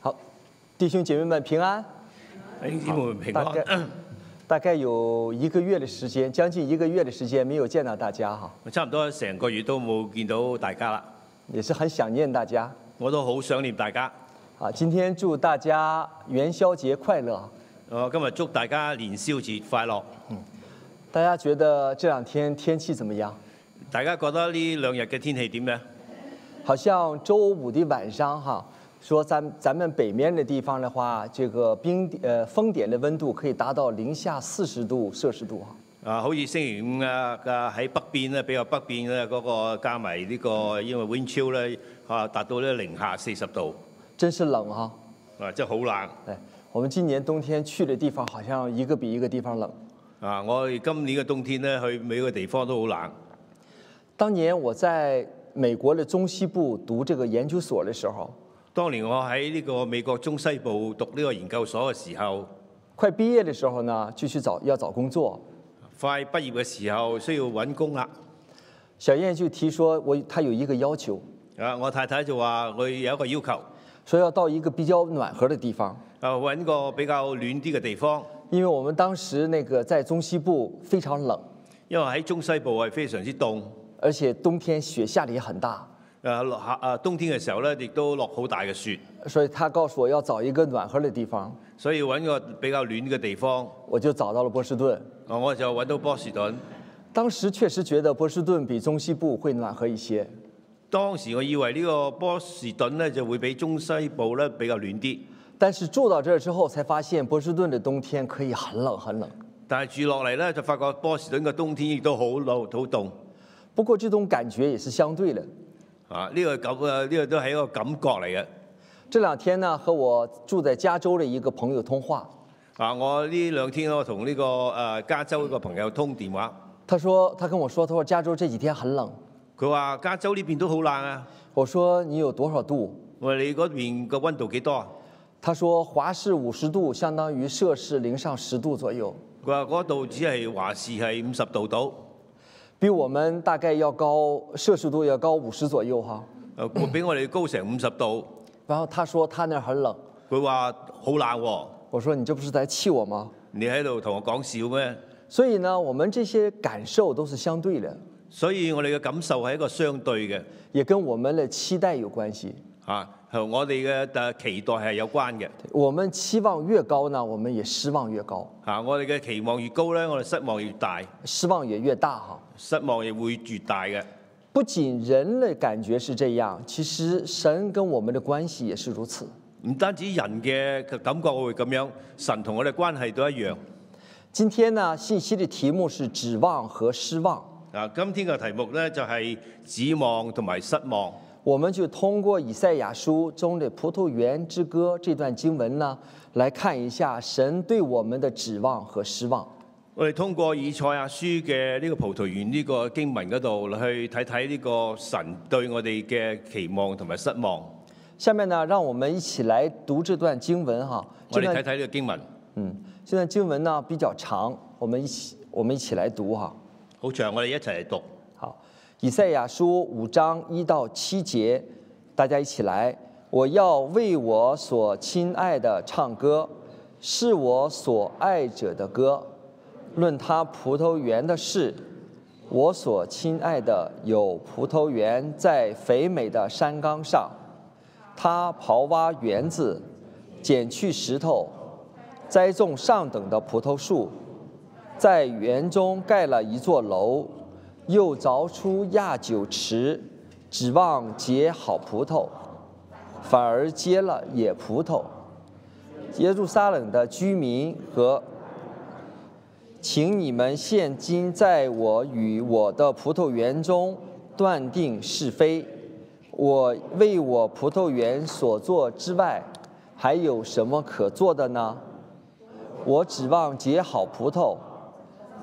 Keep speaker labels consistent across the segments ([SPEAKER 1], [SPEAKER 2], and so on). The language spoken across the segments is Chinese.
[SPEAKER 1] 好，弟兄姐妹们平安。
[SPEAKER 2] 弟兄姊妹平
[SPEAKER 1] 大概
[SPEAKER 2] 安，
[SPEAKER 1] 大概有一个月的时间，将近一个月的时间没有见到大家哈，
[SPEAKER 2] 我差唔多成個月都冇見到大家啦，
[SPEAKER 1] 也是很想念大家
[SPEAKER 2] 我都好想念大家。
[SPEAKER 1] 啊。今天祝大家元宵节快乐。
[SPEAKER 2] 我今日祝大家年宵節快樂。
[SPEAKER 1] 大家觉得这兩天天氣怎麼樣？
[SPEAKER 2] 大家覺得呢兩日嘅天氣點呢？
[SPEAKER 1] 好像周五的晚上哈，说咱咱们北面的地方的话，这个冰呃风点的温度可以达到零下四十度摄氏度哈。
[SPEAKER 2] 啊，好似星期五啊，啊喺北邊咧，比較北邊咧，嗰、個加埋呢、個因為 wind chill 咧，啊達到咧零下四十度，
[SPEAKER 1] 真是冷哈、
[SPEAKER 2] 啊真係好冷。
[SPEAKER 1] 哎，我们今年冬天去的地方好像一个比一个地方冷。
[SPEAKER 2] 啊，我哋今年嘅冬天咧，去每個地方都好冷。
[SPEAKER 1] 当年我在美国的中西部读这个研究所的时候，
[SPEAKER 2] 當年我喺呢個美國中西部讀呢個研究所嘅時候，
[SPEAKER 1] 快毕业的时候呢，就去找要找工作。
[SPEAKER 2] 快畢業嘅時候需要揾工啦。
[SPEAKER 1] 小燕就提说我，她有一个要求，
[SPEAKER 2] 啊，我太太就話佢有一個要求，
[SPEAKER 1] 说要到一个比较暖和的地方，
[SPEAKER 2] 啊揾個比較暖啲嘅地方，
[SPEAKER 1] 因为我们当时那个在中西部非常冷，
[SPEAKER 2] 因為喺中西部係非常之凍，
[SPEAKER 1] 而且冬天雪下的也很大，
[SPEAKER 2] 誒落下啊冬天嘅時候咧，亦都落好大嘅雪，
[SPEAKER 1] 所以她告诉我要找一个暖和的地方，
[SPEAKER 2] 所以揾個比較暖嘅地方，
[SPEAKER 1] 我就找到了波士顿。
[SPEAKER 2] 啊我就揾到波士頓。
[SPEAKER 1] 当时确实觉得波士顿比中西部会暖和一些，
[SPEAKER 2] 當時我以為呢個波士頓咧就會比中西部咧比較暖啲，
[SPEAKER 1] 但是住到这儿之后才发现波士顿的冬天可以很冷很冷。
[SPEAKER 2] 但係住落嚟咧就發覺波士頓嘅冬天亦都好冷好凍。
[SPEAKER 1] 不过这种感觉也是相对的。
[SPEAKER 2] 啊！呢、個感啊，呢、個都係一個感覺嚟嘅。
[SPEAKER 1] 这两天呢，和我住在加州的一個朋友通话，
[SPEAKER 2] 啊！我呢兩天我同呢、個呃加州一個朋友通電話，
[SPEAKER 1] 他说他跟我說，他说加州这幾天很冷。
[SPEAKER 2] 佢話加州呢邊都好冷啊。
[SPEAKER 1] 我說你有多少度？
[SPEAKER 2] 我話你嗰邊個温度幾多啊？
[SPEAKER 1] 他說華氏五十度相當於攝氏零上十度左右，
[SPEAKER 2] 佢話嗰度只係華氏係五十度到，
[SPEAKER 1] 比我們大概要高攝氏度要高五十左右哈。
[SPEAKER 2] 誒佢比我哋高成五十度。
[SPEAKER 1] 然後他說他那儿很冷，
[SPEAKER 2] 佢話好冷喎、
[SPEAKER 1] 我說你這不是在氣我嗎？
[SPEAKER 2] 你喺度同我講笑咩？
[SPEAKER 1] 所以呢，我們這些感受都是相對的，
[SPEAKER 2] 所以我哋嘅感受係一個相對嘅
[SPEAKER 1] 也跟我們的期待有關係。
[SPEAKER 2] 啊，同我哋嘅呃期待係有關嘅
[SPEAKER 1] 我們期望越高呢，我們也失望越高，
[SPEAKER 2] 啊。我哋嘅期望越高咧，我哋失望越大，
[SPEAKER 1] 失望也越大哈。
[SPEAKER 2] 失望亦會越大嘅。
[SPEAKER 1] 不仅人的感觉是这样，其实神跟我们的关系也是如此。
[SPEAKER 2] 唔單止人嘅感覺會咁樣，神同我哋關係都一樣。
[SPEAKER 1] 今天呢，信息的题目是指望和失望，
[SPEAKER 2] 啊，今天嘅題目呢，就係指望同埋失望。
[SPEAKER 1] 我们就通过以赛亚书中的《葡萄园之歌》这段经文呢，来看一下神对我们的指望和失望。
[SPEAKER 2] 我哋通過以賽亞書嘅呢個葡萄園呢個經文嗰度去睇睇呢個神對我哋嘅期望同埋失望。
[SPEAKER 1] 下面呢，让我们一起来读这段经文哈。这
[SPEAKER 2] 我哋睇
[SPEAKER 1] 段
[SPEAKER 2] 睇呢個經文，
[SPEAKER 1] 嗯，这段经文呢比较长，我们一起我们一起来读哈。
[SPEAKER 2] 好長，我哋一齊嚟讀。
[SPEAKER 1] 好，以赛亚书五章一到七节，大家一起来。我要为我所亲爱的唱歌，是我所爱者的歌。论他葡萄园的事，我所亲爱的有葡萄园在肥美的山冈上，他刨挖园子，剪去石头，栽种上等的葡萄树，在园中盖了一座楼，又凿出压酒池，指望结好葡萄，反而结了野葡萄。耶路撒冷的居民和，请你们现今在我与我的葡萄园中断定是非。我为我葡萄园所做之外，还有什么可做的呢？我指望结好葡萄，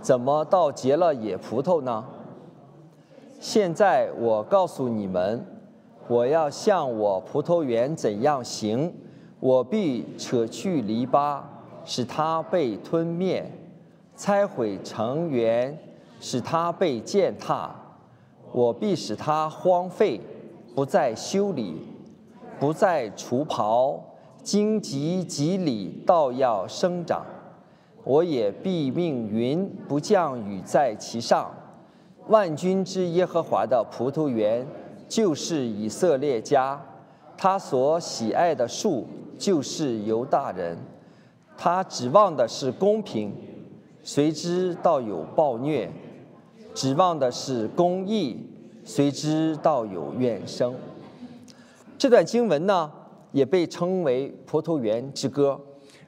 [SPEAKER 1] 怎么倒结了野葡萄呢？现在我告诉你们，我要向我葡萄园怎样行，我必扯去篱笆，使它被吞灭；拆毁城垣，使它被践踏。我必使它荒废，不再修理，不再除刨，荆棘及里倒要生长。我也必命云不降雨在其上。万军之耶和华的葡萄园就是以色列家，他所喜爱的树就是犹大人。他指望的是公平，随之到有暴虐；指望的是公义，随之到有怨声。这段经文呢，也被称为《葡萄园之歌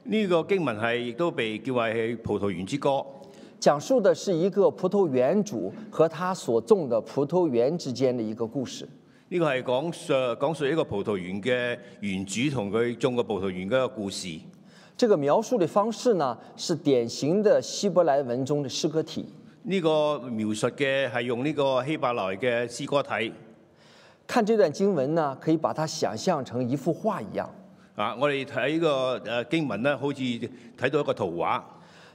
[SPEAKER 2] 呢、個經文係亦都被叫為係葡萄園之歌，》，
[SPEAKER 1] 讲述的是一个葡萄园主和他所种的葡萄园之间的一个故事。
[SPEAKER 2] 呢、個係講述講述一個葡萄園嘅園主同佢種嘅葡萄園嘅一個故事。
[SPEAKER 1] 这个描述的方式呢，是典型的希伯来文中的诗歌体。
[SPEAKER 2] 呢、個描述嘅係用呢個希伯來嘅詩歌體
[SPEAKER 1] 看这段经文呢，可以把它想象成一幅画一样。
[SPEAKER 2] 啊！我哋睇呢個誒經文咧，好似睇到一個圖畫。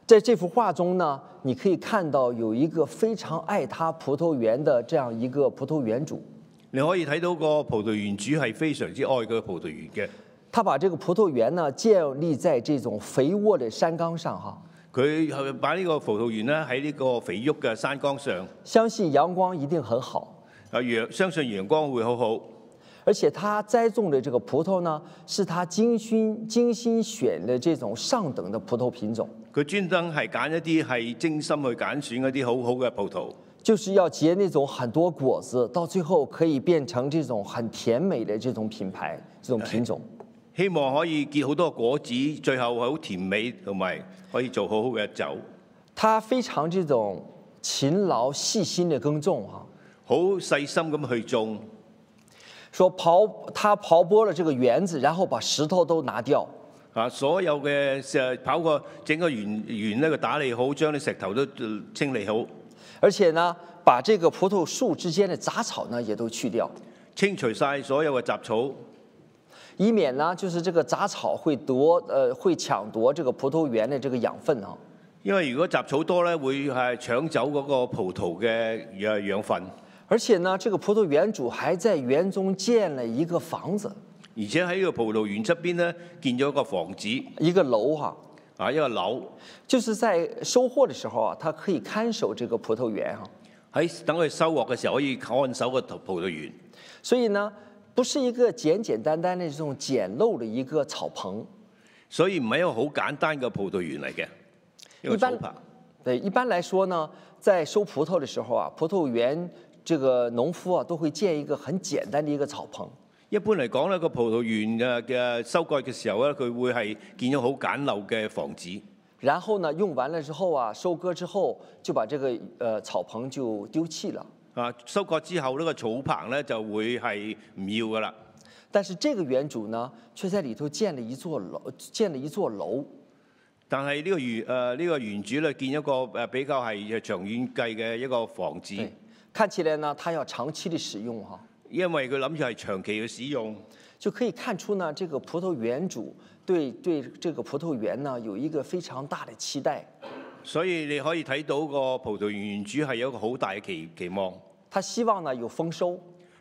[SPEAKER 1] 在这幅画中呢，你可以看到有一个非常爱他葡萄园的这样一个葡萄园主，
[SPEAKER 2] 你可以睇到個葡萄園主係非常之愛佢嘅葡萄園嘅，
[SPEAKER 1] 他把这个葡萄园呢建立在这种肥沃的山岗上哈。
[SPEAKER 2] 佢係把呢個葡萄園咧喺呢個肥沃嘅山崗上，
[SPEAKER 1] 相信陽光一定很好，
[SPEAKER 2] 啊陽相信陽光會好好。
[SPEAKER 1] 而且他栽种的这个葡萄呢，是他精心精心选的这种上等的葡萄品种，
[SPEAKER 2] 佢專登係揀一啲係精心去揀選嗰啲好好嘅葡萄，
[SPEAKER 1] 就是要结那种很多果子，到最后可以變成这种很甜美的这种品牌、这种品种。
[SPEAKER 2] 希望可以結好多果子，最後好甜美，同埋可以做好好嘅酒，
[SPEAKER 1] 他非常这种勤劳细心的耕种啊哈、
[SPEAKER 2] 好細心咁去種。
[SPEAKER 1] 说刨他刨剥了这个园子，然后把石头都拿掉，
[SPEAKER 2] 啊！所有嘅石跑過整個園園呢，佢打理好，將啲石頭都呃清理好，
[SPEAKER 1] 而且呢，把这个葡萄树之间的杂草呢也都去掉，
[SPEAKER 2] 清除晒所有嘅雜草。
[SPEAKER 1] 以免呢就是这个杂草会夺呃会抢夺这个葡萄园的这个养分啊。
[SPEAKER 2] 因為如果雜草多咧，會係搶走嗰個葡萄嘅誒養分，
[SPEAKER 1] 而且呢，这个葡萄园主还在园中建了一个房子，
[SPEAKER 2] 而且喺呢個葡萄園側邊咧建咗一個房子
[SPEAKER 1] 一个楼哈、
[SPEAKER 2] 啊，一個樓
[SPEAKER 1] 就是在收获的时候啊，他可以看守这个葡萄园啊哈、
[SPEAKER 2] 喺等佢收穫嘅時候可以看守個葡萄園。
[SPEAKER 1] 所以呢，不是一个简简单单的这种简陋的一个草棚。
[SPEAKER 2] 所以唔係一個好簡單嘅葡萄園嚟嘅，一個
[SPEAKER 1] 一般
[SPEAKER 2] 草棚。
[SPEAKER 1] 对，一般来说呢，在收葡萄的时候啊，葡萄园这个农夫啊都会建一个很简單的一个草棚，
[SPEAKER 2] 一般嚟講咧，個葡萄園嘅嘅收割嘅時候咧，佢會係建咗好簡陋嘅房子，
[SPEAKER 1] 然后呢，用完了之后啊，收割之后就把这个呃草棚就丢弃了。
[SPEAKER 2] 啊，收割之後呢個草棚咧就會係唔要噶啦。
[SPEAKER 1] 但是这个园主呢，却在里头建了一座楼，建了一座楼，
[SPEAKER 2] 但係呢個園誒呢個園主咧建一個誒比較係長遠計嘅一個房子，
[SPEAKER 1] 对，看起来呢，他要長期的使用哈、
[SPEAKER 2] 因為佢諗住係長期去使用，
[SPEAKER 1] 就可以看出呢，这个葡萄园主对对这个葡萄园呢有一个非常大的期待，
[SPEAKER 2] 所以你可以睇到個葡萄園園主係有一個好大嘅期期望，
[SPEAKER 1] 他希望呢有丰收，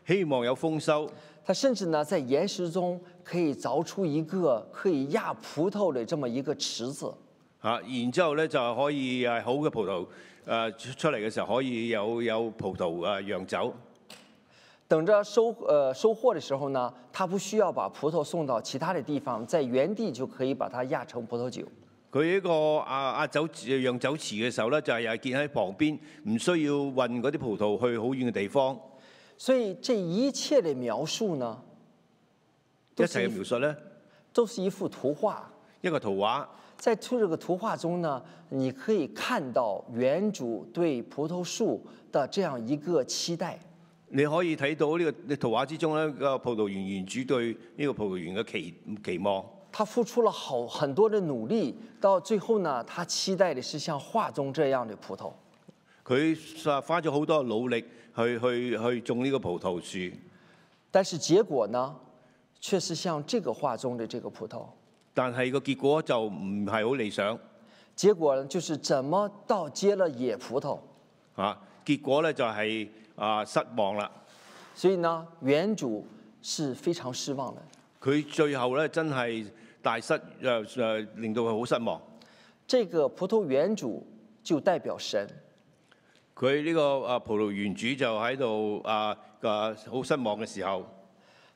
[SPEAKER 2] 希望有豐收，
[SPEAKER 1] 他甚至呢在岩石中可以凿出一个可以压葡萄的这么一个池子，
[SPEAKER 2] 嚇、啊然之後咧就可以係好嘅葡萄誒、呃出出嚟嘅時候可以有有葡萄誒、呃、釀酒。
[SPEAKER 1] 等着收呃收获的时候呢，他不需要把葡萄送到其他的地方，在原地就可以把它压成葡萄酒。
[SPEAKER 2] 佢呢個啊壓酒池釀酒池嘅時候咧，就係又係建喺旁邊，唔需要運嗰啲葡萄去好遠嘅地方。
[SPEAKER 1] 所以这一切的描述呢，
[SPEAKER 2] 一
[SPEAKER 1] 都
[SPEAKER 2] 切
[SPEAKER 1] 是
[SPEAKER 2] 嘅
[SPEAKER 1] 一
[SPEAKER 2] 描述咧，
[SPEAKER 1] 都是一幅图画。
[SPEAKER 2] 一個圖畫。
[SPEAKER 1] 在这个图画中呢，你可以看到原主对葡萄树的这样一个期待。
[SPEAKER 2] 你可以睇到呢個圖畫之中咧，個葡萄園園主對呢個葡萄園嘅期期望，
[SPEAKER 1] 他付出了好很多的努力，到最后呢，他期待的是像画中这样的葡萄。
[SPEAKER 2] 佢啊花咗好多努力去去去種呢個葡萄樹，
[SPEAKER 1] 但是结果呢，却是像这个画中的这个葡萄。
[SPEAKER 2] 但係個結果就唔係好理想
[SPEAKER 1] 结果呢，就是怎么到接了野葡萄。
[SPEAKER 2] 啊。結果咧就係、啊失望啦，
[SPEAKER 1] 所以呢，原主是非常失望的。
[SPEAKER 2] 佢最後咧真係但係失誒誒、令到佢好失望。
[SPEAKER 1] 这个葡萄园主就代表神，
[SPEAKER 2] 佢呢個啊葡萄園主就喺度啊啊好失望嘅時候，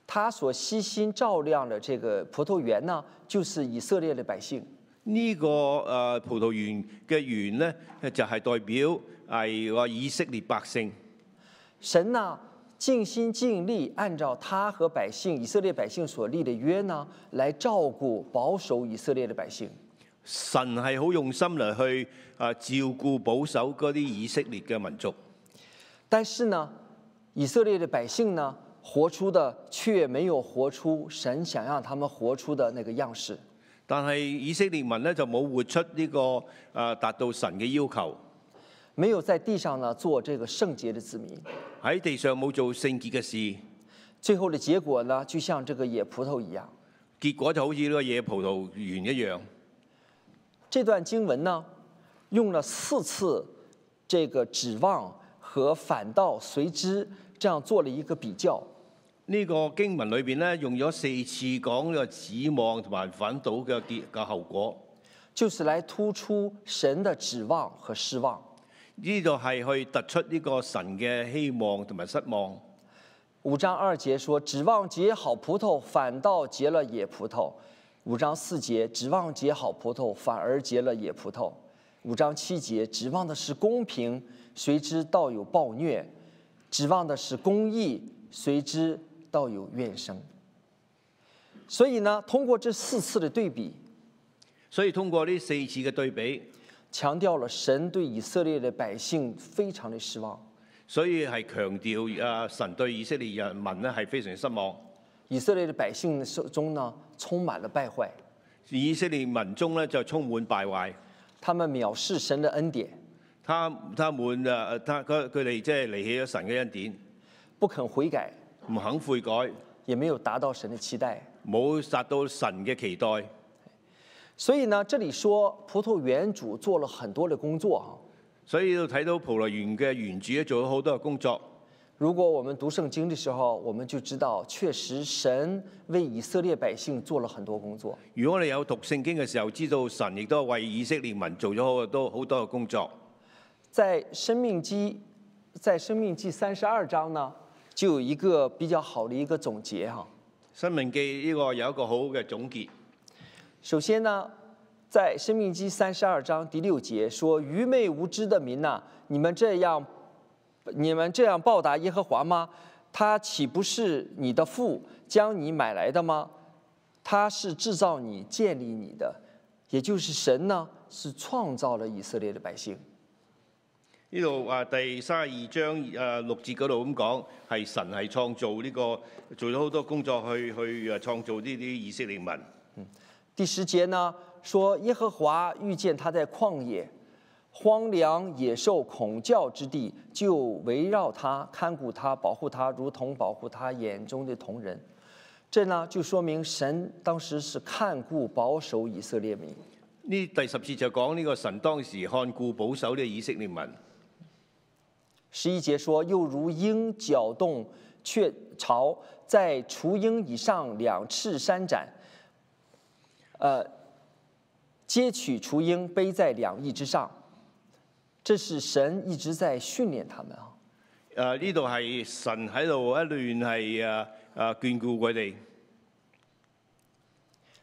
[SPEAKER 1] 他所悉心照亮的这个葡萄园呢，就是以色列的百姓。
[SPEAKER 2] 呢、個啊葡萄園嘅園咧就係、代表係話以色列百姓，
[SPEAKER 1] 神呢，尽心尽力按照他和百姓以色列百姓所立的约呢，来照顾保守以色列的百姓。
[SPEAKER 2] 神係好用心嚟去啊照顧保守嗰啲以色列嘅民族，
[SPEAKER 1] 但是呢，以色列的百姓呢，活出的却没有活出神想让他们活出的那个样式。
[SPEAKER 2] 但係以色列民咧就冇活出呢、個啊達到神嘅要求，
[SPEAKER 1] 没有在地上呢做这个圣洁的子民，
[SPEAKER 2] 喺地上冇做聖潔嘅事，
[SPEAKER 1] 最后的结果呢，就像这个野葡萄一样。
[SPEAKER 2] 結果就好似呢個野葡萄園一樣。
[SPEAKER 1] 这段经文呢，用了四次这个指望和反倒随之这样做了一个比较。
[SPEAKER 2] 呢個經文裏邊咧，用咗四次講呢個指望同埋反倒嘅結嘅後果。
[SPEAKER 1] 就是来突出神的指望和失望。
[SPEAKER 2] 呢度係去突出呢個神嘅希望同埋失望。
[SPEAKER 1] 五章二节说：“指望结好葡萄，反倒结了野葡萄。”五章四节：“指望结好葡萄，反而结了野葡萄。”五章七节：“指望的是公平，谁知道有暴虐；指望的是公义，谁知道有怨声。”所以呢，通过这四次的对比，
[SPEAKER 2] 所以通過呢四次嘅對比，
[SPEAKER 1] 强调了神对以色列的百姓非常的失望。
[SPEAKER 2] 所以係強調啊神對以色列人民咧係非常失望。
[SPEAKER 1] 以色列的百姓手中呢，充满了败坏，
[SPEAKER 2] 以色列民中咧就充滿敗壞，
[SPEAKER 1] 他们藐视神的恩典，
[SPEAKER 2] 他他滿啊他佢佢哋即係離棄咗神嘅恩典，
[SPEAKER 1] 不肯悔改，
[SPEAKER 2] 唔肯悔改，
[SPEAKER 1] 也没有达到神的期待。
[SPEAKER 2] 冇達到神嘅期待。
[SPEAKER 1] 所以呢，这里说葡萄园主做了很多的工作啊。
[SPEAKER 2] 所以要睇到葡萄園嘅園主咧做咗好多嘅工作。
[SPEAKER 1] 如果我们读圣经的时候，我们就知道，确实神为以色列百姓做了很多工作。
[SPEAKER 2] 如果我哋有讀聖經嘅時候，知道神亦都為以色列民做咗好多好多嘅工作。
[SPEAKER 1] 在《生命记》在《生命记》三十二章呢，就有一个比较好的一个总结啊哈、
[SPEAKER 2] 新命記呢個有一個好好嘅總結。
[SPEAKER 1] 首先呢，在《生命记》三十二章第六节说：“愚昧无知的民呐、你们这样，你们这样报答耶和华吗？他岂不是你的父将你买来的吗？他是制造你、建立你的，也就是神呢，是创造了以色列的百姓。
[SPEAKER 2] 呢度啊第三十二章誒六節嗰度咁講，係神係創造呢、個做咗好多工作去去誒創造呢啲以色列民。
[SPEAKER 1] 第十节呢说，耶和华遇见他在旷野，荒凉野兽恐叫之地，就围绕他，看顾他，保护他，如同保护他眼中的瞳人。这呢就说明神当时是看顾保守以色列民。
[SPEAKER 2] 呢第十節就講呢個神當時看顧保守呢以色列民。
[SPEAKER 1] 十一节说，又如鹰搅动雀巢，在雏鹰以上两翅扇展，呃，接取雏鹰，背在两翼之上。这是神一直在训练他们啊。
[SPEAKER 2] 誒呃呢度係神喺度一亂係誒誒呃眷顧佢哋。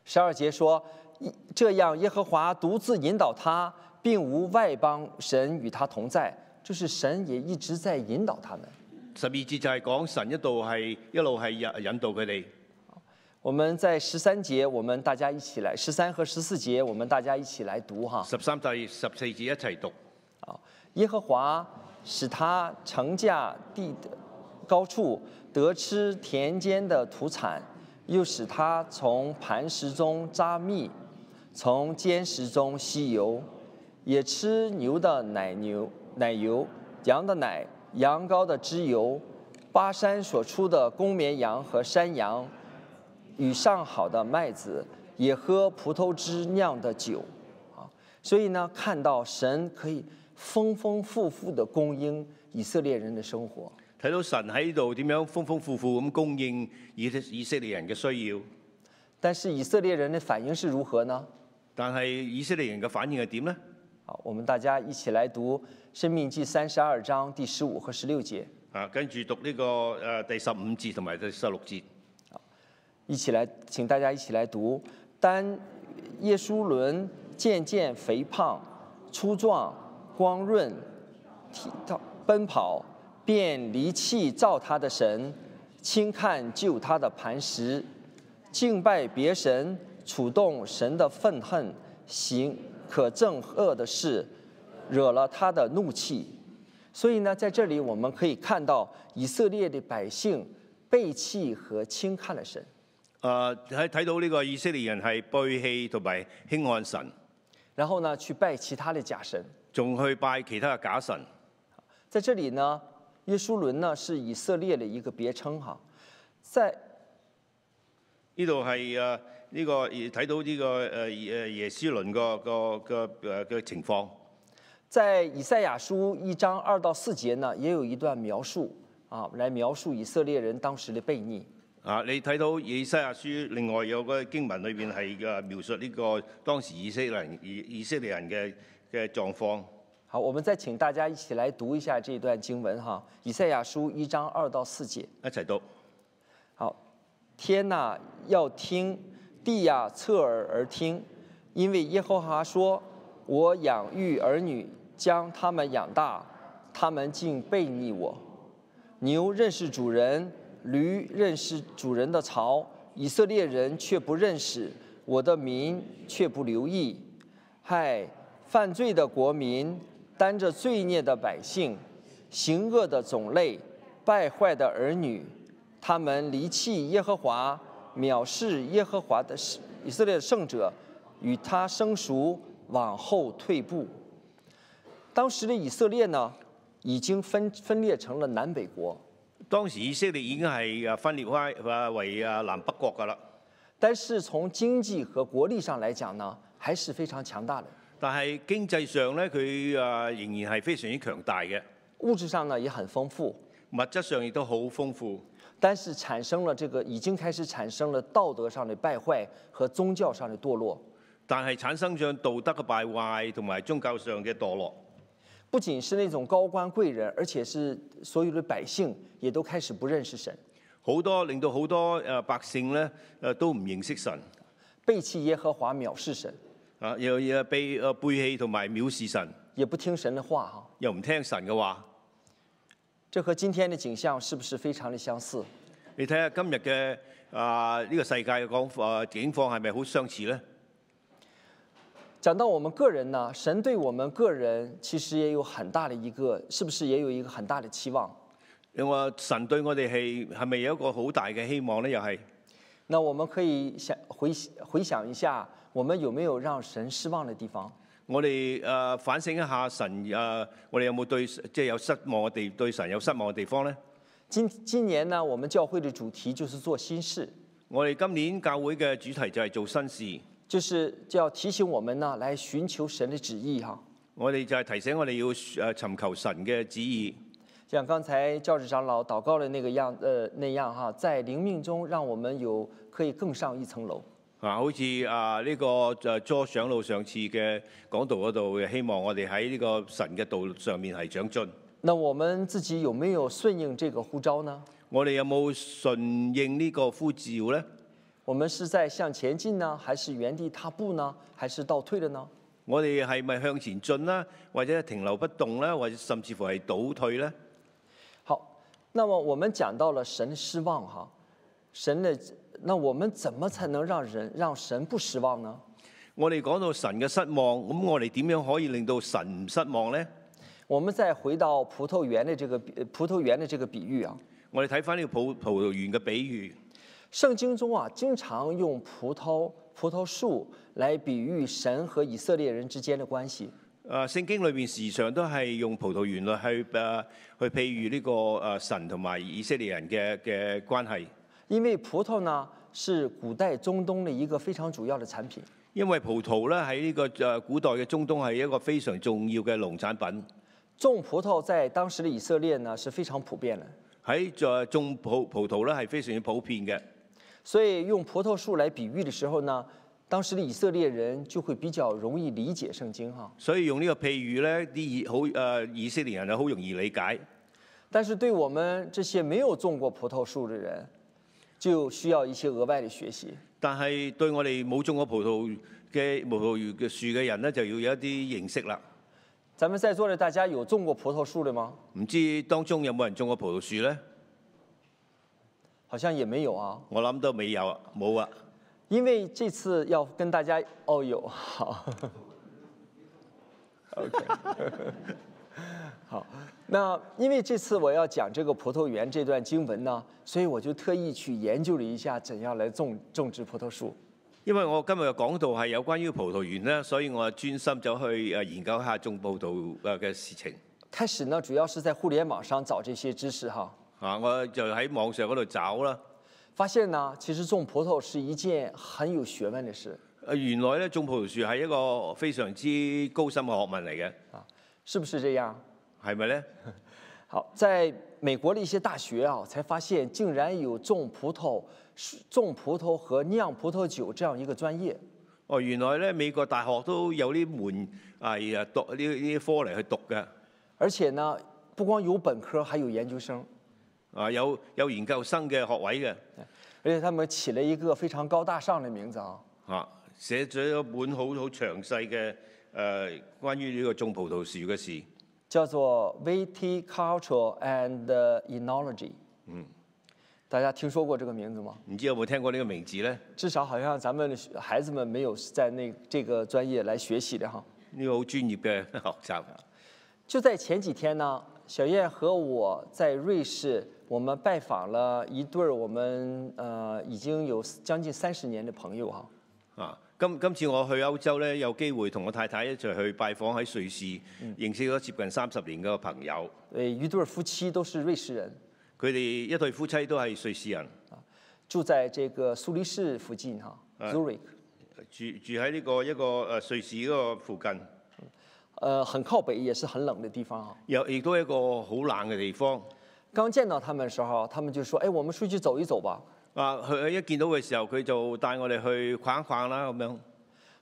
[SPEAKER 1] 十二节说，一这样耶和华独自引导他，并无外邦神与他同在。就是神也一直在引导他们。
[SPEAKER 2] 十二節就係講神一度係一路係引引導佢哋。
[SPEAKER 1] 我们在十三节，我们大家一起来，十三和十四节，我们大家一起来读哈。
[SPEAKER 2] 十三第十四節一齊讀。
[SPEAKER 1] 啊，耶和华使他乘驾地的高处，得吃田间的土产，又使他从磐石中扎蜜，从坚石中吸油，也吃牛的奶牛奶油，羊的奶，羊羔的脂油，巴山所出的公绵羊和山羊，与上好的麦子，也喝葡萄汁酿的酒。啊，所以呢，看到神可以丰丰富富的供应以色列人的生活。
[SPEAKER 2] 睇到神喺度點樣豐豐富富咁供應以以色列人嘅需要。
[SPEAKER 1] 但是以色列人的反应是如何呢？
[SPEAKER 2] 但係以色列人嘅反應係點呢？
[SPEAKER 1] 好，我们大家一起来读《生命记》三十二章第十五和十六节，
[SPEAKER 2] 啊，跟住讀呢、個呃第十五節同埋第十六節。
[SPEAKER 1] 一起来，请大家一起来读。当耶稣伦渐渐肥胖、粗壮、光润，体到奔跑，便离弃造他的神，轻看救他的磐石，敬拜别神，触动神的愤恨，行可憎恶的事，惹了他的怒气。所以呢，在这里我们可以看到以色列的百姓背弃和轻看了神。
[SPEAKER 2] 啊，睇睇到呢個以色列人係背棄同埋輕看神，
[SPEAKER 1] 然后呢，去拜其他的假神。
[SPEAKER 2] 仲去拜其他嘅假神。
[SPEAKER 1] 在这里呢，耶稣伦呢是以色列的一个别称哈，在
[SPEAKER 2] 呢度係誒呢個睇到呢、個誒誒耶斯倫個個個誒呃嘅情況。
[SPEAKER 1] 在以赛亚书一章二到四节呢，也有一段描述啊，来描述以色列人当时的悖逆。
[SPEAKER 2] 啊！你睇到以西亞書，另外有個經文裏邊係嘅描述呢個當時以色列人以以色列人嘅嘅狀況。
[SPEAKER 1] 好，我们再请大家一起来读一下这段经文哈，《以赛亚书》一章二到四节。
[SPEAKER 2] 一齊讀
[SPEAKER 1] 好，天呐、要听，地呀、侧耳而听，因为耶和华说：“我养育儿女，将他们养大，他们竟背逆我。牛认识主人，驴认识主人的槽，以色列人却不认识，我的民却不留意。嗨，犯罪的国民，担着罪孽的百姓，行恶的种类，败坏的儿女，他们离弃耶和华，藐视耶和华的圣以色列的圣者，与他生疏，往后退步。当时的以色列呢，已经分分裂成了南北国，
[SPEAKER 2] 當時以色列已經係誒分裂開啊為啊南北國㗎啦，
[SPEAKER 1] 但是从经济和国力上来讲呢，还是非常强大的，
[SPEAKER 2] 但係經濟上咧佢啊仍然係非常之強大嘅，
[SPEAKER 1] 物質上呢也很豐富，
[SPEAKER 2] 物質上亦都好豐富，
[SPEAKER 1] 但是产生了这个已经开始产生了道德上的败坏和宗教上的堕落。
[SPEAKER 2] 但係產生上道德嘅敗壞同埋宗教上嘅墮落。
[SPEAKER 1] 不仅是那种高官贵人，而且是所有的百姓也都开始不认识神，
[SPEAKER 2] 好多令到好多誒百姓咧誒都唔認識神，
[SPEAKER 1] 背弃耶和华，藐视神，
[SPEAKER 2] 啊又又被誒背棄同埋藐視神，
[SPEAKER 1] 也不听神的话哈。
[SPEAKER 2] 又唔聽神嘅話。
[SPEAKER 1] 这和今天的景象是不是非常的相似？
[SPEAKER 2] 你睇下今日嘅啊呢個世界嘅講啊境況係咪好相似咧？
[SPEAKER 1] 讲到我们个人呢，神对我们个人其实也有很大的一个，是不是也有一个很大的期望？
[SPEAKER 2] 你話神對我哋係係咪有一個好大嘅希望咧？又係
[SPEAKER 1] 那我们可以想回回想一下，我们有没有让神失望的地方？
[SPEAKER 2] 我哋誒、啊反省一下神誒、啊我哋有冇對即係有失望嘅地對神有失望嘅地方咧？
[SPEAKER 1] 今今年呢，我们教会的主题就是做新事，
[SPEAKER 2] 我哋今年教會嘅主題就係做新事，
[SPEAKER 1] 就是就要提醒我们呢，来寻求神的旨意哈。
[SPEAKER 2] 我哋就係提醒我哋要誒尋求神嘅旨意。
[SPEAKER 1] 像刚才教士长老祷告的那个样，呃，那样哈，在灵命中让我们有可以更上一层楼。
[SPEAKER 2] 啊，好似啊呢個誒佐上路上次嘅講道嗰度，希望我哋喺呢個神嘅道上面係長進。
[SPEAKER 1] 那我们自己有没有顺应这个呼召呢？
[SPEAKER 2] 我哋有冇順應呢個呼召呢？
[SPEAKER 1] 我们是在向前进呢，还是原地踏步呢，还是倒退了呢？
[SPEAKER 2] 我哋係咪向前進啦，或者停留不動啦，或者甚至乎係倒退呢？
[SPEAKER 1] 好，那么我们讲到了神失望哈，神的，那我们怎么才能让人让神不失望呢？
[SPEAKER 2] 我哋講到神嘅失望，咁我哋點樣可以令到神唔失望呢？
[SPEAKER 1] 我们再回到葡萄园的这个比呃葡萄园的这个比喻啊，
[SPEAKER 2] 我哋睇翻呢個葡葡萄園嘅比喻，
[SPEAKER 1] 圣经中啊经常用葡萄葡萄树来比喻神和以色列人之间的关系。
[SPEAKER 2] 誒、啊聖經裏面時常都係用葡萄園嚟去誒、去譬喻呢、個誒、神同埋以色列人嘅嘅關係。
[SPEAKER 1] 因为葡萄呢是古代中东的一个非常主要的产品，
[SPEAKER 2] 因為葡萄咧喺呢個誒古代嘅中東係一個非常重要嘅農產品，
[SPEAKER 1] 种葡萄在当时的以色列呢是非常普遍的。
[SPEAKER 2] 喺誒種葡葡萄咧係非常之普遍嘅。
[SPEAKER 1] 所以用葡萄树来比喻的时候呢，当时的以色列人就会比较容易理解圣经哈。
[SPEAKER 2] 所以用呢個譬喻咧，啲以好誒、呃以色列人係好容易理解，
[SPEAKER 1] 但是对我们这些没有种过葡萄树的人，就需要一些额外的学习。
[SPEAKER 2] 但係對我哋冇種過葡萄嘅葡萄園嘅樹嘅人咧，就要有一啲認識啦。
[SPEAKER 1] 咱们在座的大家有种过葡萄树的吗？
[SPEAKER 2] 唔知當中有冇人種過葡萄樹咧？
[SPEAKER 1] 好像也没有啊，
[SPEAKER 2] 我諗都未有啊，冇啊。
[SPEAKER 1] 因为这次要跟大家哦有好 ，OK，好，那因为这次我要讲这个葡萄园这段经文呢，所以我就特意去研究了一下怎样来种种植葡萄树。
[SPEAKER 2] 因為我今日嘅講道係有關於葡萄園咧，所以我專心走去誒研究一下種葡萄誒嘅事情。
[SPEAKER 1] 开始呢，主要是在互联网上找這些知識哈，
[SPEAKER 2] 啊，我就喺網上嗰度找啦。
[SPEAKER 1] 發現呢，其實種葡萄是一件很有學問的事，
[SPEAKER 2] 誒呃原來咧種葡萄樹係一個非常之高深嘅學問嚟嘅，
[SPEAKER 1] 是不是这样？
[SPEAKER 2] 係咪咧？
[SPEAKER 1] 好，在美国的一些大学啊，才发现竟然有种葡萄、种葡萄和酿葡萄酒这样一个专业。
[SPEAKER 2] 哦，原來咧美國大學都有呢門係啊讀呢呢啲科嚟去讀嘅，
[SPEAKER 1] 而且呢，不光有本科，还有研究生，
[SPEAKER 2] 啊有有研究生嘅學位嘅，
[SPEAKER 1] 而且他们起了一个非常高大上的名字啊，
[SPEAKER 2] 啊寫咗一本好好詳細嘅誒關於呢個種葡萄樹嘅事，
[SPEAKER 1] 叫做 Viticulture and Enology。嗯，大家聽說過這個名字嗎？
[SPEAKER 2] 唔知有冇聽過呢個名字咧？
[SPEAKER 1] 至少好像咱们的学孩子们没有在那这个專業來學習的哈。
[SPEAKER 2] 呢、個好專業嘅學習。
[SPEAKER 1] 就在前几天呢，小燕和我在瑞士，我们拜访了一对儿我们呃已经有将近三十年的朋友哈。
[SPEAKER 2] 啊，今今次我去歐洲咧，有機會同我太太一齊去拜訪喺瑞士，認識咗接近三十年嘅朋友。
[SPEAKER 1] 呃，一对儿夫妻都是瑞士人，
[SPEAKER 2] 佢哋一對夫妻都係瑞士人，
[SPEAKER 1] 住在这个苏黎世附近哈，Zurich，
[SPEAKER 2] 住住喺呢個一個誒瑞士嗰個附近，
[SPEAKER 1] 呃，很靠北，也是很冷的地方哈。
[SPEAKER 2] 又亦都一個好冷嘅地方。
[SPEAKER 1] 刚见到他们的时候，他们就说：“哎，我们出去走一走吧。
[SPEAKER 2] 啊，佢一見到嘅時候，佢就帶我哋去逛一逛啦咁樣。”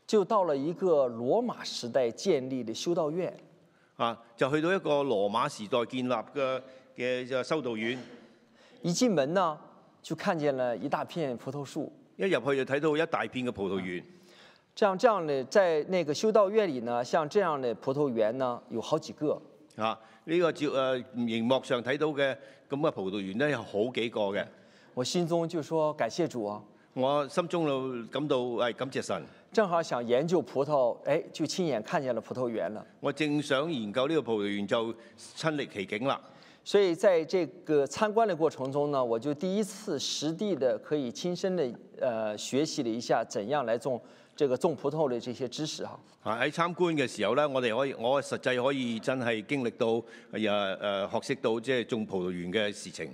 [SPEAKER 1] 就到了一个罗马时代建立的修道院，
[SPEAKER 2] 啊，就去到一個羅馬時代建立嘅嘅嘅修道院，
[SPEAKER 1] 一进门呢，就看见了一大片葡萄树。
[SPEAKER 2] 一入去就睇到一大片嘅葡萄園。
[SPEAKER 1] 这样这样的，在那个修道院里呢，像这样的葡萄园呢，有好几个。
[SPEAKER 2] 啊，呢、個照誒、呃、熒幕上睇到嘅咁嘅葡萄園咧，有好幾個嘅。
[SPEAKER 1] 我心中就说感谢主啊，
[SPEAKER 2] 我心中就感到係感謝神。
[SPEAKER 1] 正好想研究葡萄，哎，就亲眼看见了葡萄园了。
[SPEAKER 2] 我正想研究呢個葡萄園，就親歷其境啦。
[SPEAKER 1] 所以在这个参观的过程中呢，我就第一次实地的可以亲身的呃学习了一下怎样来种这个种葡萄的这些知识哈。
[SPEAKER 2] 啊喺參觀嘅時候咧，我哋可以我實際可以真係經歷到誒誒、呃學識到即係種葡萄園嘅事情。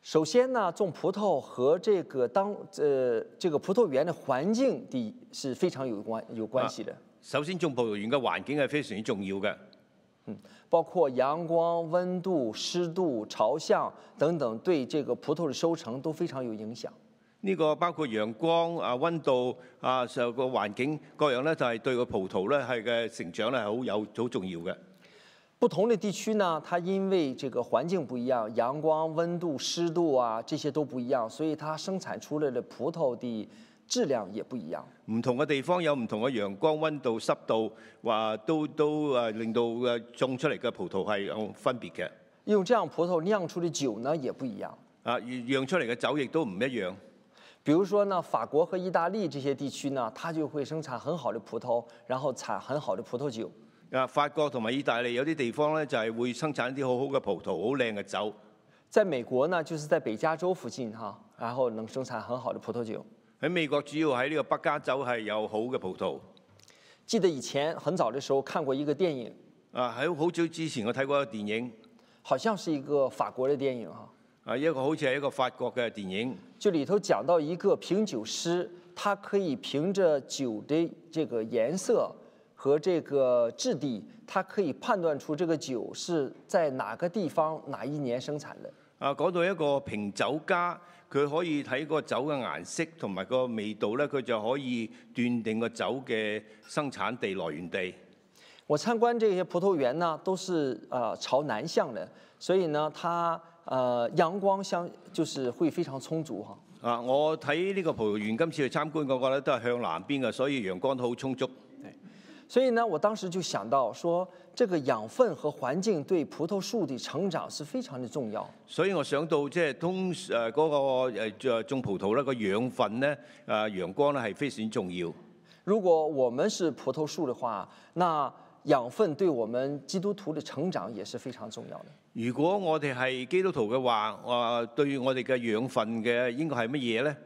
[SPEAKER 1] 首先呢，种葡萄和这个当呃这个葡萄园的环境的是非常有关有关系的。
[SPEAKER 2] 首先種葡萄園嘅環境係非常之重要嘅，
[SPEAKER 1] 包括阳光、温度、湿度、朝向等等，对这个葡萄的收成都非常有影响。
[SPEAKER 2] 呢、個包括陽光啊、温度啊、上個環境各樣咧，就係、對個葡萄咧係嘅成長咧係好有好重要嘅。
[SPEAKER 1] 不同的地区呢，它因为这个环境不一样，阳光、温度、湿度啊这些都不一样，所以它生产出来的葡萄的质量也不一样。
[SPEAKER 2] 唔同嘅地方有唔同嘅陽光、温度、濕度，話都都誒令到誒種出嚟嘅葡萄係有分別嘅。
[SPEAKER 1] 用这样葡萄酿出的酒呢也不一样。
[SPEAKER 2] 啊，釀出嚟嘅酒亦都唔一樣。
[SPEAKER 1] 比如说呢，法国和意大利这些地区呢，它就会生产很好的葡萄，然后产很好的葡萄酒。
[SPEAKER 2] 啊，法國同埋意大利有啲地方咧，就係會生產一啲好好嘅葡萄、好靚嘅酒。
[SPEAKER 1] 在美国呢，就是在北加州附近哈，然后能生产很好的葡萄酒。
[SPEAKER 2] 喺美國主要喺呢個北加州係有好嘅葡萄。
[SPEAKER 1] 记得以前很早的时候看过一个电影，
[SPEAKER 2] 啊，喺好早之前我睇過一個電影，
[SPEAKER 1] 好像是一个法國的电影哈、
[SPEAKER 2] 啊，一個好似係一個法國嘅電影，
[SPEAKER 1] 就里头讲到一个品酒师，他可以凭着酒的这个颜色和这个质地，他可以判断出这个酒是在哪个地方哪一年生产的。
[SPEAKER 2] 啊，講到一個評酒家佢可以睇個酒嘅顏色同埋個味道咧，佢就可以斷定個酒嘅生產地來源地。
[SPEAKER 1] 我参观这些葡萄园呢，都是呃朝南向的，所以呢，它呃阳光相就是会非常充足哈。
[SPEAKER 2] 啊，我睇呢個葡萄園今次去參觀嗰個咧，都係向南邊嘅，所以陽光好充足。
[SPEAKER 1] 所以呢，我当时就想到说，这个养分和环境对葡萄树的成长是非常的重要。
[SPEAKER 2] 所以我想到即係通誒嗰、個誒誒種葡萄咧，個養分咧，誒、陽光咧係非常重要。
[SPEAKER 1] 如果我们是葡萄树的话，那养分对我们基督徒的成长也是非常重要的。
[SPEAKER 2] 如果我哋係基督徒嘅話，啊、對我哋嘅養分嘅應該係乜嘢咧？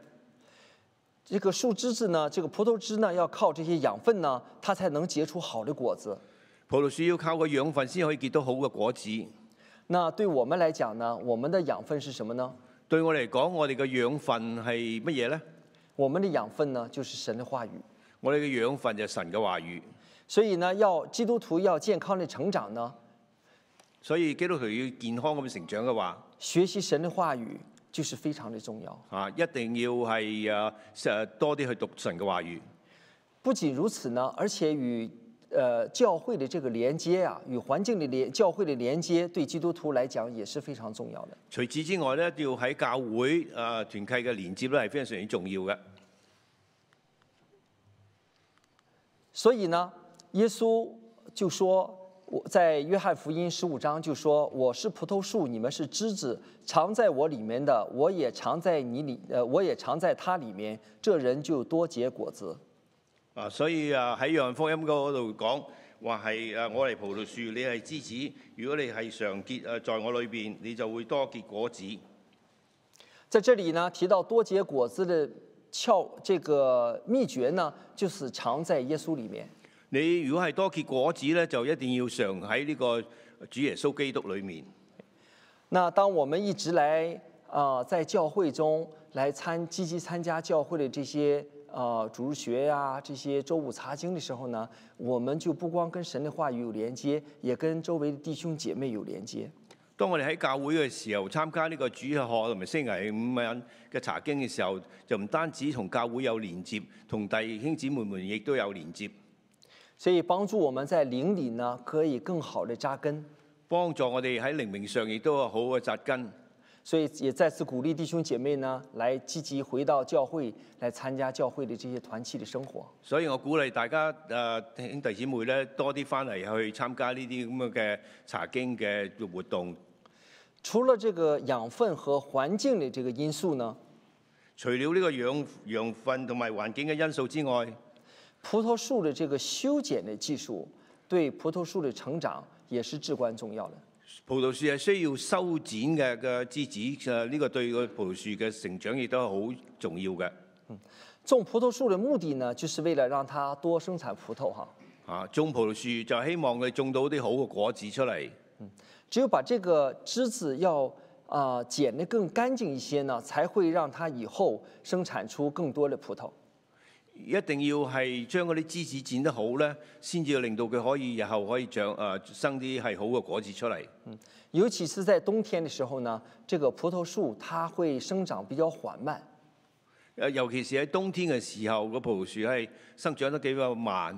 [SPEAKER 1] 这个树枝子呢，这个葡萄枝呢，要靠这些养分呢，它才能结出好的果子。
[SPEAKER 2] 葡萄樹要靠個養分先可以結到好嘅果子。
[SPEAKER 1] 那对我们来讲呢，我们的养分是什么呢？
[SPEAKER 2] 對我嚟講，我哋嘅養分係乜嘢呢？
[SPEAKER 1] 我们的养分呢，就是神的话语。
[SPEAKER 2] 我哋嘅養分就係神嘅話語。
[SPEAKER 1] 所以呢，要基督徒要健康的成長呢，
[SPEAKER 2] 所以基督徒要健康咁成長嘅話，
[SPEAKER 1] 学习神的話語就是非常的重要。
[SPEAKER 2] 啊，一定要係啊誒多啲去讀神嘅話語。
[SPEAKER 1] 不仅如此呢，而且与呃教會的这个連接啊，与環境的連教會的連接，对基督徒來講也是非常重要的。
[SPEAKER 2] 除此之外咧，要喺教會啊團契嘅連接咧係非常之重要嘅。
[SPEAKER 1] 所以呢，耶穌就说。我在约翰福音十五章就说：“我是葡萄树，你们是枝子，常在我里面的，我也常在你里，呃，我也常在它里面，这人就多结果子。”
[SPEAKER 2] 啊，所以啊喺約翰福音嗰度講話係啊，我係葡萄樹，你係枝子。如果你係常結啊，在我裏邊，你就會多結果子。
[SPEAKER 1] 在这里呢，提到多结果子的窍，这个秘诀呢，就是藏在耶稣里面。
[SPEAKER 2] 你如果係多結果子咧，就一定要常喺呢個主耶穌基督裏面。
[SPEAKER 1] 那当我们一直来啊、呃在教会中来参积极参加教会的这些呃主日学呀、这些周五查经的时候呢，我们就不光跟神的话语有连接，也跟周围的弟兄姐妹有连接。
[SPEAKER 2] 當我哋喺教會嘅時候參加呢個主日學同埋星期五晚嘅查經嘅時候，就唔單止同教會有連接，同弟兄姊妹們亦都有連接，
[SPEAKER 1] 所以帮助我们在灵里呢，可以更好的扎根。
[SPEAKER 2] 幫助我哋喺靈命上亦都有好嘅扎根。
[SPEAKER 1] 所以也再次鼓励弟兄姐妹呢，来积极回到教会，来参加教会的这些团契的生活。
[SPEAKER 2] 所以我鼓勵大家誒、呃兄弟姊妹咧多啲翻嚟去參加呢啲咁樣嘅查經嘅活動。
[SPEAKER 1] 除了这个养分和环境的这个因素呢，
[SPEAKER 2] 除了呢個養養分同埋環境嘅因素之外，
[SPEAKER 1] 葡萄树的这个修剪的技术对葡萄树的成长也是至关重要的。
[SPEAKER 2] 葡萄樹係需要修剪嘅嘅枝子，誒、呢、個對個葡萄樹嘅成長亦都係好重要嘅。
[SPEAKER 1] 种葡萄树的目的呢，就是为了让它多生产葡萄哈。
[SPEAKER 2] 啊，種葡萄樹就希望你種到啲好嘅果子出嚟。
[SPEAKER 1] 只有把这个枝子要啊、呃剪得更干净一些呢，才会让它以后生产出更多的葡萄。
[SPEAKER 2] 一定要係將嗰啲枝子剪得好咧，先至令到佢可以日後可以長誒、呃生啲係好嘅果子出嚟。
[SPEAKER 1] 尤其是在冬天的时候呢，这个葡萄树它会生长比较缓慢，
[SPEAKER 2] 誒，呃尤其是喺冬天嘅時候，個葡萄樹係生長得比較慢，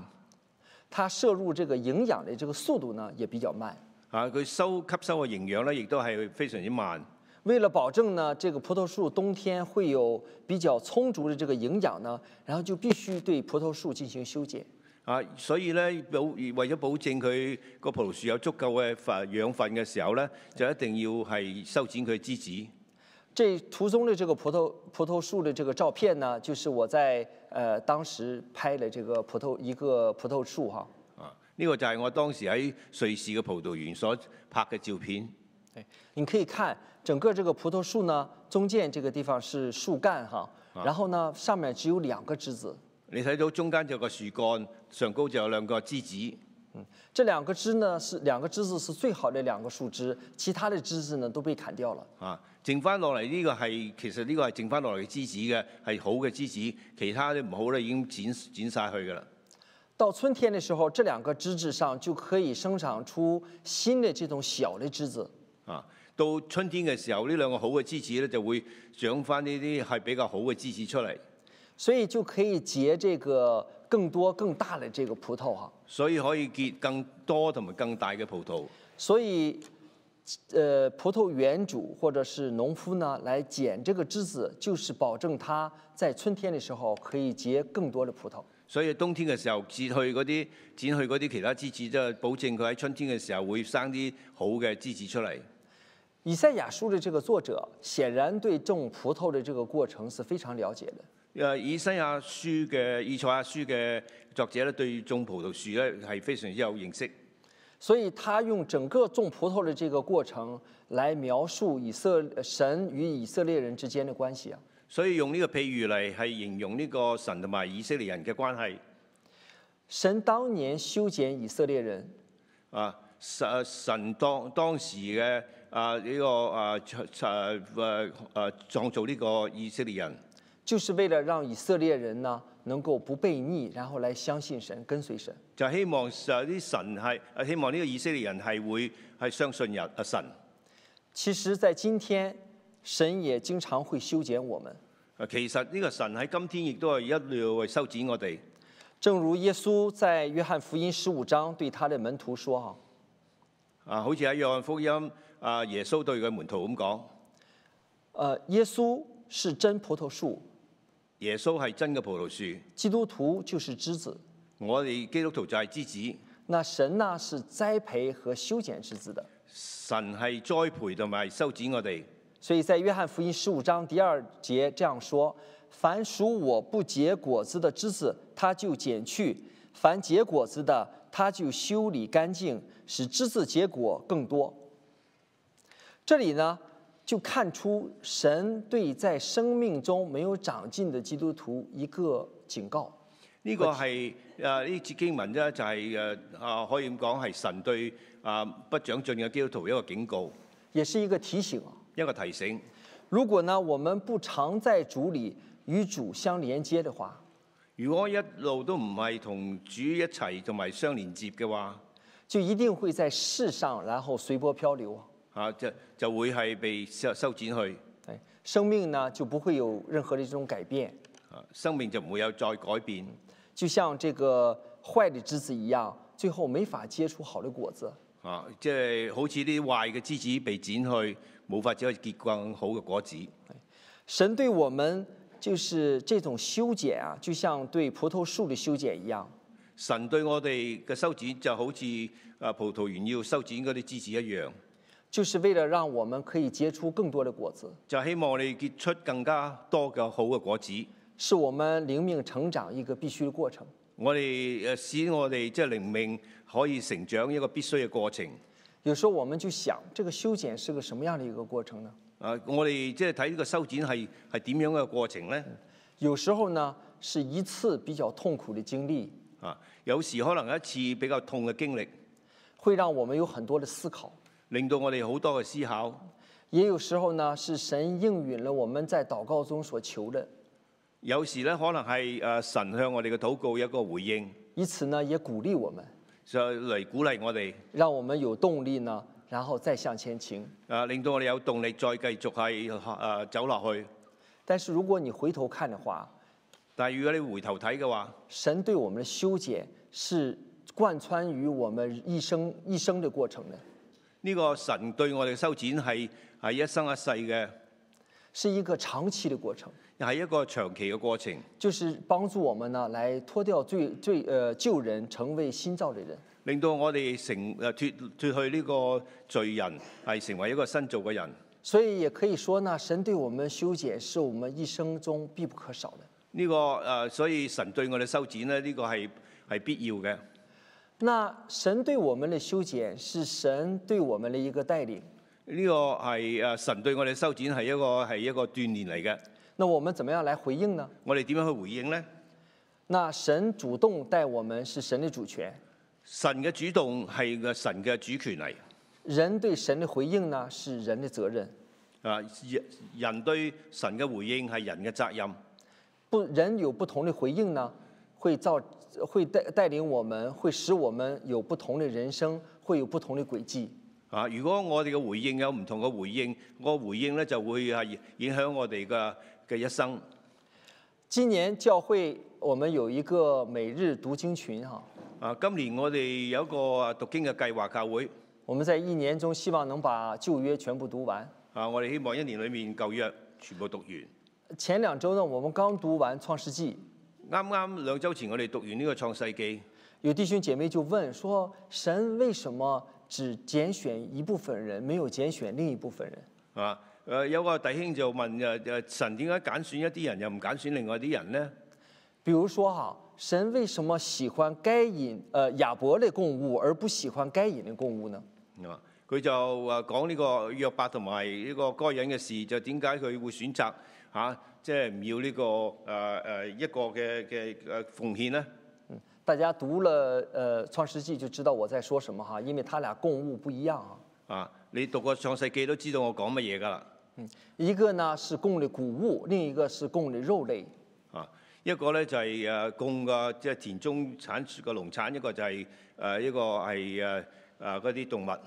[SPEAKER 1] 它摄入这个营养的这个速度呢也比较慢。
[SPEAKER 2] 嚇啊佢收吸收嘅營養咧，亦都係非常之慢。
[SPEAKER 1] 为了保证呢，这个葡萄树冬天会有比较充足的这个营养呢，然后就必须对葡萄树进行修剪。
[SPEAKER 2] 啊，所以咧保為咗保證佢個葡萄樹有足夠嘅份養分嘅時候咧，就一定要係修剪佢枝子。
[SPEAKER 1] 这图中的这个葡萄葡萄树的这个照片呢，就是我在呃当时拍的这个葡萄一个葡萄树哈。
[SPEAKER 2] 啊，呢、個就係我當時喺瑞士嘅葡萄園所拍嘅照片。
[SPEAKER 1] 对，你可以看整个这个葡萄树呢，中间这个地方是树干哈，然后呢上面只有两个枝子，
[SPEAKER 2] 你睇到中間就有個樹幹，上高就有兩個枝子。
[SPEAKER 1] 这两个枝呢是两个枝子是最好的两个树枝，其他的枝子呢都被砍掉了。
[SPEAKER 2] 啊，剩翻落嚟呢個係其實呢個係剩翻落嚟嘅枝子嘅，係好嘅枝子，其他啲唔好咧已經剪剪曬去㗎啦。
[SPEAKER 1] 到春天的时候，这两个枝子上就可以生长出新的这种小的枝子。
[SPEAKER 2] 啊，到春天嘅時候，呢兩個好嘅枝子咧就會長翻呢啲係比較好嘅枝子出嚟，
[SPEAKER 1] 所以就可以结这个更多更大的这个葡萄哈。
[SPEAKER 2] 所以可以結更多同埋更大嘅葡萄。
[SPEAKER 1] 所以，呃，葡萄园主或者是农夫呢，来捡这个枝子，就是保证它在春天的时候可以结更多的葡萄。
[SPEAKER 2] 所以冬天嘅時候剪去嗰啲剪去嗰啲其他枝子，即係保證佢喺春天嘅時候會生啲好嘅枝子出嚟。
[SPEAKER 1] 以赛亚书的这个作者显然对种葡萄的这个过程是非常了解的。
[SPEAKER 2] 誒呃以西亞書嘅以賽亞書嘅作者咧，對種葡萄樹咧係非常之有認識，
[SPEAKER 1] 所以他用整个种葡萄的这个过程来描述以色呃神与以色列人之间的关系啊。
[SPEAKER 2] 所以用呢個譬喻嚟係形容呢個神同埋以色列人嘅關係。
[SPEAKER 1] 神当年修剪以色列人，
[SPEAKER 2] 啊，神啊神當當時嘅啊呢、個啊創誒誒誒創呃造呢個以色列人，
[SPEAKER 1] 就是为了让以色列人呢能够不悖逆，然后来相信神、跟随神。
[SPEAKER 2] 就希望就啲神係啊希望呢個以色列人係會係相信人啊神。
[SPEAKER 1] 其实，在今天，神也经常会修剪我们，
[SPEAKER 2] 啊其實呢個神喺今天亦都係一路為修剪我哋。
[SPEAKER 1] 正如耶稣在约翰福音十五章对他的门徒说：“哈，
[SPEAKER 2] 啊，好似喺約翰福音啊，耶穌對佢門徒咁講：
[SPEAKER 1] 呃，耶稣是真葡萄树，
[SPEAKER 2] 耶穌係真嘅葡萄樹，
[SPEAKER 1] 基督徒就是枝子。
[SPEAKER 2] 我哋基督徒就係枝子，
[SPEAKER 1] 那神呢是栽培和修剪之子的。
[SPEAKER 2] 神係栽培同埋修剪我哋。
[SPEAKER 1] 所以在约翰福音十五章第二节这样说：凡属我不结果子的枝子，他就剪去；凡结果子的，他就修理干净，使枝子结果更多。这里呢，就看出神对在生命中没有长进的基督徒一个警告。
[SPEAKER 2] 呢、個係誒呢節經文咧，就係誒啊，可以咁講係神對啊不長進嘅基督徒一個警告，
[SPEAKER 1] 也是一个提醒啊。
[SPEAKER 2] 一個提醒。
[SPEAKER 1] 如果呢，我们不常在主里与主相连接的话，
[SPEAKER 2] 如果一路都唔係同主一齊同埋相連接嘅話，
[SPEAKER 1] 就一定会在世上然后随波漂流啊。
[SPEAKER 2] 啊就就會係被修修剪去，
[SPEAKER 1] 哎，生命呢就不会有任何的这种改变，
[SPEAKER 2] 啊生命就唔會有再改變。
[SPEAKER 1] 就像这个坏的枝子一样，最后没法结出好的果子。
[SPEAKER 2] 啊，即係好似啲壞嘅枝子被剪去，冇法子去結更好嘅果子。
[SPEAKER 1] 神对我们就是这种修剪啊，就像对葡萄树的修剪一样，
[SPEAKER 2] 神對我哋嘅修剪就好似啊葡萄園要修剪嗰啲枝子一樣，
[SPEAKER 1] 就是为了让我们可以结出更多的果子，
[SPEAKER 2] 就希望我哋結出更加多嘅好嘅果子。
[SPEAKER 1] 是我们灵命成長一个必须的过程。
[SPEAKER 2] 我哋誒呃使我哋即係靈命可以成長一個必須嘅過程。
[SPEAKER 1] 有時候我们就想，这个修剪是个什么样的一个过程呢？
[SPEAKER 2] 啊，我哋即係睇呢個修剪係係點樣嘅過程呢？
[SPEAKER 1] 有时候呢，是一次比较痛苦的经历，
[SPEAKER 2] 啊，有時可能一次比較痛嘅經歷，
[SPEAKER 1] 会让我们有很多的思考。
[SPEAKER 2] 令到我哋好多嘅思考。
[SPEAKER 1] 也有时候呢，是神应允了我们在祷告中所求的，
[SPEAKER 2] 有時咧，可能係誒神向我哋嘅禱告有一個回應，
[SPEAKER 1] 以此呢也鼓励我们，
[SPEAKER 2] 就嚟鼓勵我哋，
[SPEAKER 1] 让我们有動力呢，然后再向前行。
[SPEAKER 2] 誒啊令到我哋有動力再繼續係誒走落去。
[SPEAKER 1] 但是如果你回頭看的話，
[SPEAKER 2] 但係如果你回頭睇嘅話，
[SPEAKER 1] 神对我们的修剪是贯穿于我们一生一生的过程的，
[SPEAKER 2] 呢、個神對我哋嘅修剪係係一生一世嘅，
[SPEAKER 1] 是一個長期的過程，
[SPEAKER 2] 係一個長期嘅過程，
[SPEAKER 1] 就是幫助我們呢来脱掉罪罪呃旧人，成為新造的人。
[SPEAKER 2] 令到我哋成誒脱脱去呢個罪人，係成為一個新造嘅人。
[SPEAKER 1] 所以也可以说呢，神對我们修剪是我們一生中必不可少的。
[SPEAKER 2] 呢、個誒、呃所以神對我哋修剪咧，呢、個係係必要嘅。
[SPEAKER 1] 那神對我們的修剪是神對我們的一個帶領。
[SPEAKER 2] 呢、個係誒神對我哋修剪係一個係一個鍛鍊嚟嘅。
[SPEAKER 1] 那我們怎麼樣來回應呢？
[SPEAKER 2] 我哋點樣去回應呢？
[SPEAKER 1] 那神主動帶我們是神的主權，
[SPEAKER 2] 神嘅主動係個神嘅主權嚟，
[SPEAKER 1] 人對神的回應呢是人的責任。
[SPEAKER 2] 啊人人對神嘅回應係人嘅責任，
[SPEAKER 1] 不，人有不同的回應呢，會造會帶帶領我們，會使我們有不同的人生，會有不同的軌跡。
[SPEAKER 2] 啊！如果我哋嘅回應有唔同嘅回應，個回應咧就會係影響我哋嘅嘅一生。
[SPEAKER 1] 今年教会我们有一个每日读经群哈，
[SPEAKER 2] 啊！今年我哋有一個啊讀經嘅計劃，教會
[SPEAKER 1] 我们在一年中希望能把旧约全部讀完。
[SPEAKER 2] 啊，我哋希望一年裏面舊約全部讀完。
[SPEAKER 1] 前两周呢，我们刚读完《创世纪》，
[SPEAKER 2] 啱啱兩週前我哋讀完呢個創世記，
[SPEAKER 1] 有弟兄姐妹就问说：“神为什么只拣选一部分人，没有拣选另一部分人
[SPEAKER 2] 啊！誒有個弟兄就問誒誒神點解揀選一啲人又唔揀選另外啲人呢？？”
[SPEAKER 1] 比如说哈，神为什么喜欢该隐呃亚伯的供物，而不喜欢该隐的供物呢？
[SPEAKER 2] 啊！佢就誒講呢個約伯同埋呢個該隱嘅事，就點解佢會選擇嚇、啊即係唔要呢、個誒誒、呃一個嘅嘅誒奉獻呢？
[SPEAKER 1] 大家读了呃《创世纪》就知道我在说什么哈，因为他俩供物不一样啊。
[SPEAKER 2] 啊！你讀過創世記都知道我講乜嘢㗎啦。
[SPEAKER 1] 一个呢是供的谷物，另一个是供的肉类。
[SPEAKER 2] 啊，一個咧就係誒供嘅即係田中產出嘅農產，一個就係、呃一個係誒誒嗰啲動物。啊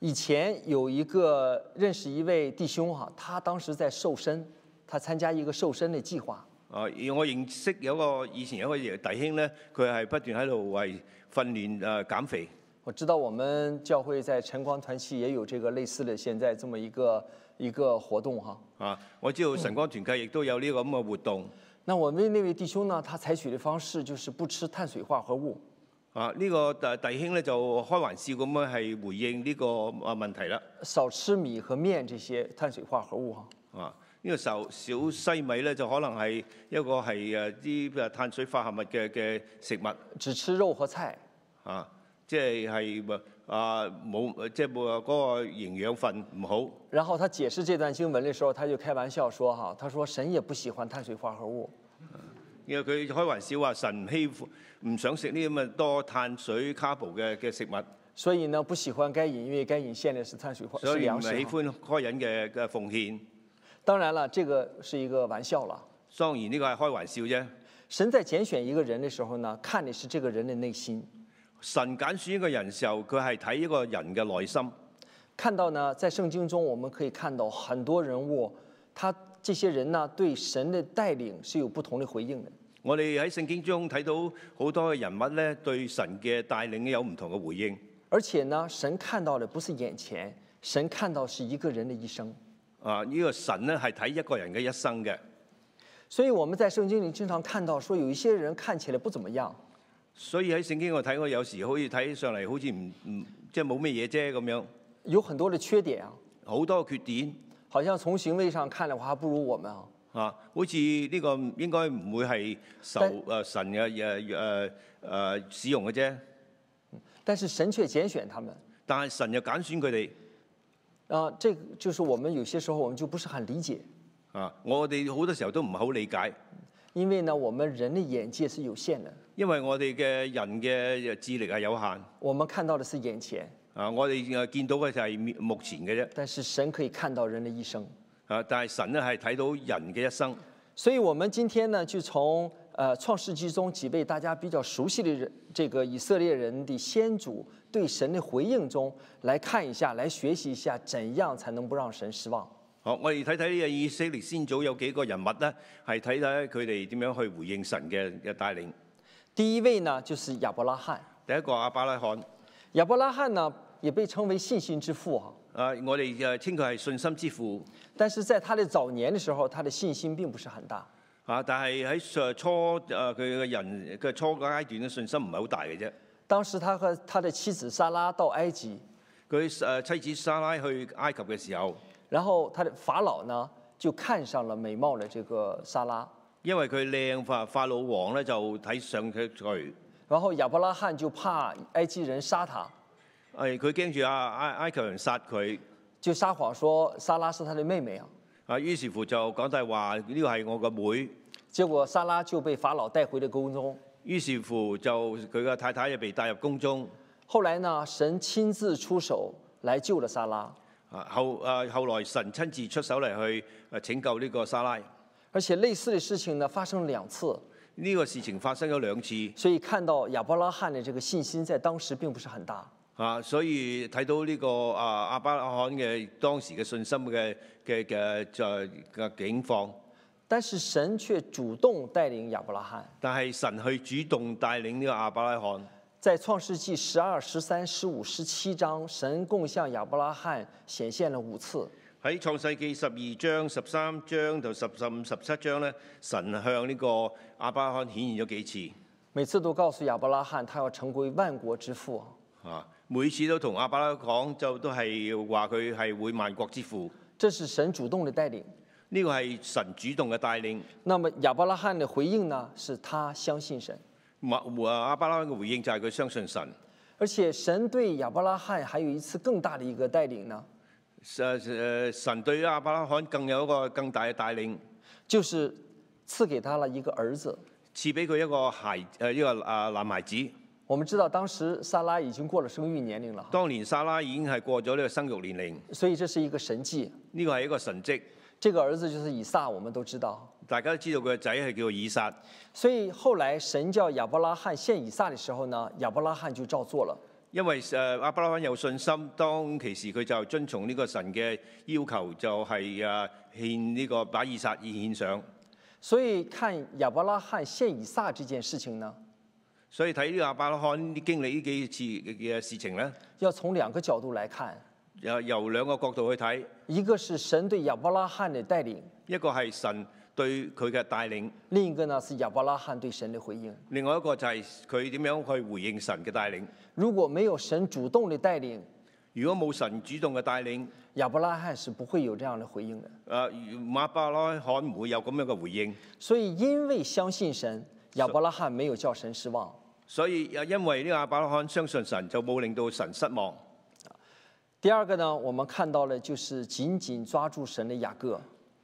[SPEAKER 1] 以前有一个认识一位弟兄哈、他当时在瘦身，他参加一个瘦身的计划。
[SPEAKER 2] 啊，而我認識有個以前有個弟兄咧，佢係不斷喺度為訓練誒、呃、減肥。
[SPEAKER 1] 我知道我们教会在晨光团契也有这个类似的现在这么一个一个活动哈、
[SPEAKER 2] 啊，我知道晨光團契亦都有呢個咁嘅活動。
[SPEAKER 1] 那我们那位弟兄呢，他采取的方式就是不吃碳水化合物。
[SPEAKER 2] 啊！呢、個弟弟兄咧就開玩笑咁樣係回應呢個啊問題啦。
[SPEAKER 1] 少吃米和面这些碳水化合物哈、
[SPEAKER 2] 啊！呢、個受小西米咧就可能係一個係誒啲誒碳水化合物嘅嘅食物
[SPEAKER 1] 只吃肉和菜。
[SPEAKER 2] 啊，即係係啊冇即係冇嗰個營養分唔好。
[SPEAKER 1] 然后他解释这段经文的时候，他就开玩笑说哈、他说神也不喜欢碳水化合物。
[SPEAKER 2] 因為佢開玩笑話神唔希唔想食呢啲咁嘅多碳水 carbo 嘅嘅食物，
[SPEAKER 1] 所以呢，不喜欢该饮，因为该饮现在是碳水化是
[SPEAKER 2] 所以
[SPEAKER 1] 粮
[SPEAKER 2] 唔
[SPEAKER 1] 食啊
[SPEAKER 2] 喜
[SPEAKER 1] 哈。
[SPEAKER 2] 歡開人嘅嘅奉獻。
[SPEAKER 1] 当然了，这个是一个玩笑了。
[SPEAKER 2] 當然呢個係開玩笑啫。
[SPEAKER 1] 神在拣选一个人的时候呢，看的是这个人的内心，
[SPEAKER 2] 神揀選一個人嘅時候，佢係睇一個人嘅內心。
[SPEAKER 1] 看到呢，在圣经中我们可以看到很多人物，他这些人呢对神的带领是有不同的回应的。
[SPEAKER 2] 我哋喺聖經中睇到好多嘅人物咧，對神嘅帶領有唔同嘅回應。
[SPEAKER 1] 而且呢，神看到的不是眼前，神看到是一个人的一生。
[SPEAKER 2] 啊，呢、個神咧係睇一個人嘅一生嘅，
[SPEAKER 1] 所以我们在圣经里经常看到说，有一些人看起来不怎么样，
[SPEAKER 2] 所以喺聖經我睇我有時好似睇起上嚟好似唔唔即係冇乜嘢啫咁樣，
[SPEAKER 1] 有很多的缺点啊，
[SPEAKER 2] 好多缺點
[SPEAKER 1] 好像从行为上看的话，还不如我们啊。
[SPEAKER 2] 啊，好似呢個應該唔會係受
[SPEAKER 1] 但
[SPEAKER 2] 誒、呃神嘅誒誒誒使用嘅啫，
[SPEAKER 1] 但是神却拣选他们。
[SPEAKER 2] 但係神又揀選佢哋
[SPEAKER 1] 啊、这个就是我们有些时候我们就不是很理解，
[SPEAKER 2] 啊，我哋好多時候都唔係好理解。
[SPEAKER 1] 因为呢，我们人的眼界是有限的，
[SPEAKER 2] 因為我哋嘅人嘅智力係有限，
[SPEAKER 1] 我们看到的是眼前，
[SPEAKER 2] 啊，我哋誒見到嘅就係面目前嘅啫，
[SPEAKER 1] 但是神可以看到人的一生。
[SPEAKER 2] 啊，但係神咧係睇到人嘅一生，
[SPEAKER 1] 所以，我们今天呢，就从呃创世纪中几位大家比较熟悉的人，这个以色列人的先祖对神的回应中来看一下，来学习一下，怎样才能不让神失望。
[SPEAKER 2] 好，我哋睇睇呢個以色列先祖有幾個人物咧，係睇睇佢哋點樣去回應神嘅嘅帶領。
[SPEAKER 1] 第一位呢，就是亞伯拉罕。
[SPEAKER 2] 第一個阿伯拉罕，
[SPEAKER 1] 亚伯拉罕呢，也被称为信心之父哈、
[SPEAKER 2] 啊，我哋誒稱佢係信心之父，
[SPEAKER 1] 但是在他的早年的时候，他的信心并不是很大。
[SPEAKER 2] 啊，但係喺上初誒佢嘅人嘅初個階段嘅信心唔係好大嘅啫。
[SPEAKER 1] 当时他和他的妻子莎拉到埃及，
[SPEAKER 2] 佢誒妻子莎拉去埃及嘅時候，
[SPEAKER 1] 然后他的法老呢就看上了美貌的这个莎拉，
[SPEAKER 2] 因為佢靚法法老王咧就睇上佢佢。
[SPEAKER 1] 然后亚伯拉罕就怕埃及人杀他，
[SPEAKER 2] 係佢驚住啊埃埃及人殺佢，
[SPEAKER 1] 就撒谎说莎拉是他的妹妹啊。
[SPEAKER 2] 啊於是乎就講大話，呢個係我個妹。
[SPEAKER 1] 结果莎拉就被法老带回了宫中。
[SPEAKER 2] 於是乎就佢嘅太太就被帶入宮中。
[SPEAKER 1] 后来呢，神亲自出手来救了莎拉，
[SPEAKER 2] 啊後啊後來神親自出手嚟去啊拯救呢個撒拉。
[SPEAKER 1] 而且类似的事情呢发生了两次，
[SPEAKER 2] 呢、個事情發生咗兩次，
[SPEAKER 1] 所以看到亚伯拉罕的这个信心在当时并不是很大。
[SPEAKER 2] 啊啊，所以睇到呢、個啊亞伯拉罕嘅當時嘅信心嘅嘅嘅就嘅境況，
[SPEAKER 1] 但是神却主动带领亚伯拉罕，
[SPEAKER 2] 但係神去主動帶領呢個亞伯拉罕。
[SPEAKER 1] 在创世纪十二、十三、十五、十七章，神共向亚伯拉罕显现了五次。
[SPEAKER 2] 喺創世記十二章、十三章到十十五、十七章咧，神向呢個亞伯拉罕顯現咗幾
[SPEAKER 1] 每次都告訴亞伯拉罕，他要成為万国之父。
[SPEAKER 2] 次啊！每次都同亞伯拉罕講，就都係話佢係會萬國之父。
[SPEAKER 1] 这是神主動的帶領。
[SPEAKER 2] 呢個係神主動嘅帶領。
[SPEAKER 1] 那么亞伯拉罕的回應呢，是他相信神，
[SPEAKER 2] 馬啊亞伯拉罕嘅回應就係佢相信神。
[SPEAKER 1] 而且神對亞伯拉罕還有一次更大的一個帶領呢，
[SPEAKER 2] 誒誒神對亞伯拉罕更有一個更大嘅帶領，
[SPEAKER 1] 就是賜給他了一個兒子。
[SPEAKER 2] 賜俾佢一個孩誒一個啊男孩子。
[SPEAKER 1] 我們知道當時撒拉已經過了生育年齡了，
[SPEAKER 2] 當年撒拉已經係過咗呢個生育年齡，
[SPEAKER 1] 所以這是一個神迹。
[SPEAKER 2] 呢個係一個神蹟。
[SPEAKER 1] 這個兒子就是以撒，我們都知道。
[SPEAKER 2] 大家都知道佢個仔係叫以撒，
[SPEAKER 1] 所以後來神叫亞伯拉罕献以撒的時候呢，亞伯拉罕就照做了。
[SPEAKER 2] 因為誒亞伯拉罕有信心，當其時佢就遵從呢個神嘅要求，就係誒獻呢個把以撒而獻上。
[SPEAKER 1] 所以看亞伯拉罕献以撒這件事情呢，
[SPEAKER 2] 所以睇呢個亞伯拉罕經歷呢幾次嘅事情咧，
[SPEAKER 1] 要從兩個角度來看，
[SPEAKER 2] 由由兩個角度去睇，
[SPEAKER 1] 一個是神對亞伯拉罕的帶領，
[SPEAKER 2] 一個係神對佢嘅帶領，
[SPEAKER 1] 另一個呢是亞伯拉罕對神的回應。
[SPEAKER 2] 另外一個就係佢點樣去回應神嘅帶領。
[SPEAKER 1] 如果沒有神主動的帶領，
[SPEAKER 2] 如果冇神主動嘅帶領，
[SPEAKER 1] 亞伯拉罕是不會有這樣的回應的。
[SPEAKER 2] 誒亞伯呃拉罕唔會有咁樣嘅回應。
[SPEAKER 1] 所以因為相信神，亞伯拉罕沒有叫神失望。
[SPEAKER 2] 所以又因為呢個亞伯拉罕相信神，就冇令到神失望。
[SPEAKER 1] 第二個呢，我們看到了就是緊緊抓住神的雅各。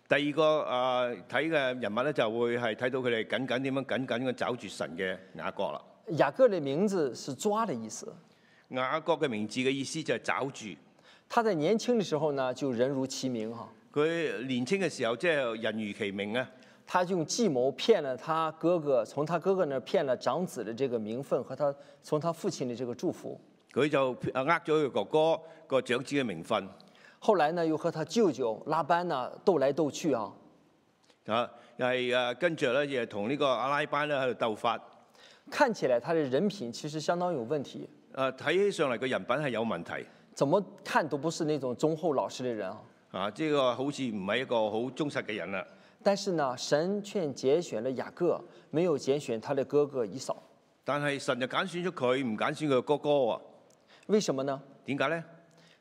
[SPEAKER 2] 第二個啊睇嘅人物咧，就會係睇到佢哋緊緊點樣緊緊咁抓住神嘅雅各啦。
[SPEAKER 1] 雅各的名字是抓的意思。
[SPEAKER 2] 雅各嘅名字嘅意思就係抓住。
[SPEAKER 1] 他在年輕的時候呢，就人如其名哈。
[SPEAKER 2] 佢年青嘅時候，即係人如其名啊！
[SPEAKER 1] 他用計謀騙了他哥哥，從他哥哥那儿騙了長子的這個名分和他從他父親的這個祝福。
[SPEAKER 2] 佢就呃咗佢哥哥個長子嘅名分
[SPEAKER 1] 後來呢，又和他舅舅拉班呢鬥來鬥去啊。
[SPEAKER 2] 啊，又係啊跟住咧又同呢個阿拉班咧喺度鬥法。
[SPEAKER 1] 看起來他的人品其實相當有問題，
[SPEAKER 2] 啊，睇起上嚟個人品係有問題
[SPEAKER 1] 怎麼看都不是那種忠厚老實的人啊。
[SPEAKER 2] 啊！即係個好似唔係一個好忠實嘅人啦。
[SPEAKER 1] 但是呢，神卻揀選了雅各，沒有揀選他的哥哥以掃。
[SPEAKER 2] 但係神就揀選咗佢，唔揀選佢哥哥喎。
[SPEAKER 1] 為什麼呢？
[SPEAKER 2] 點解咧？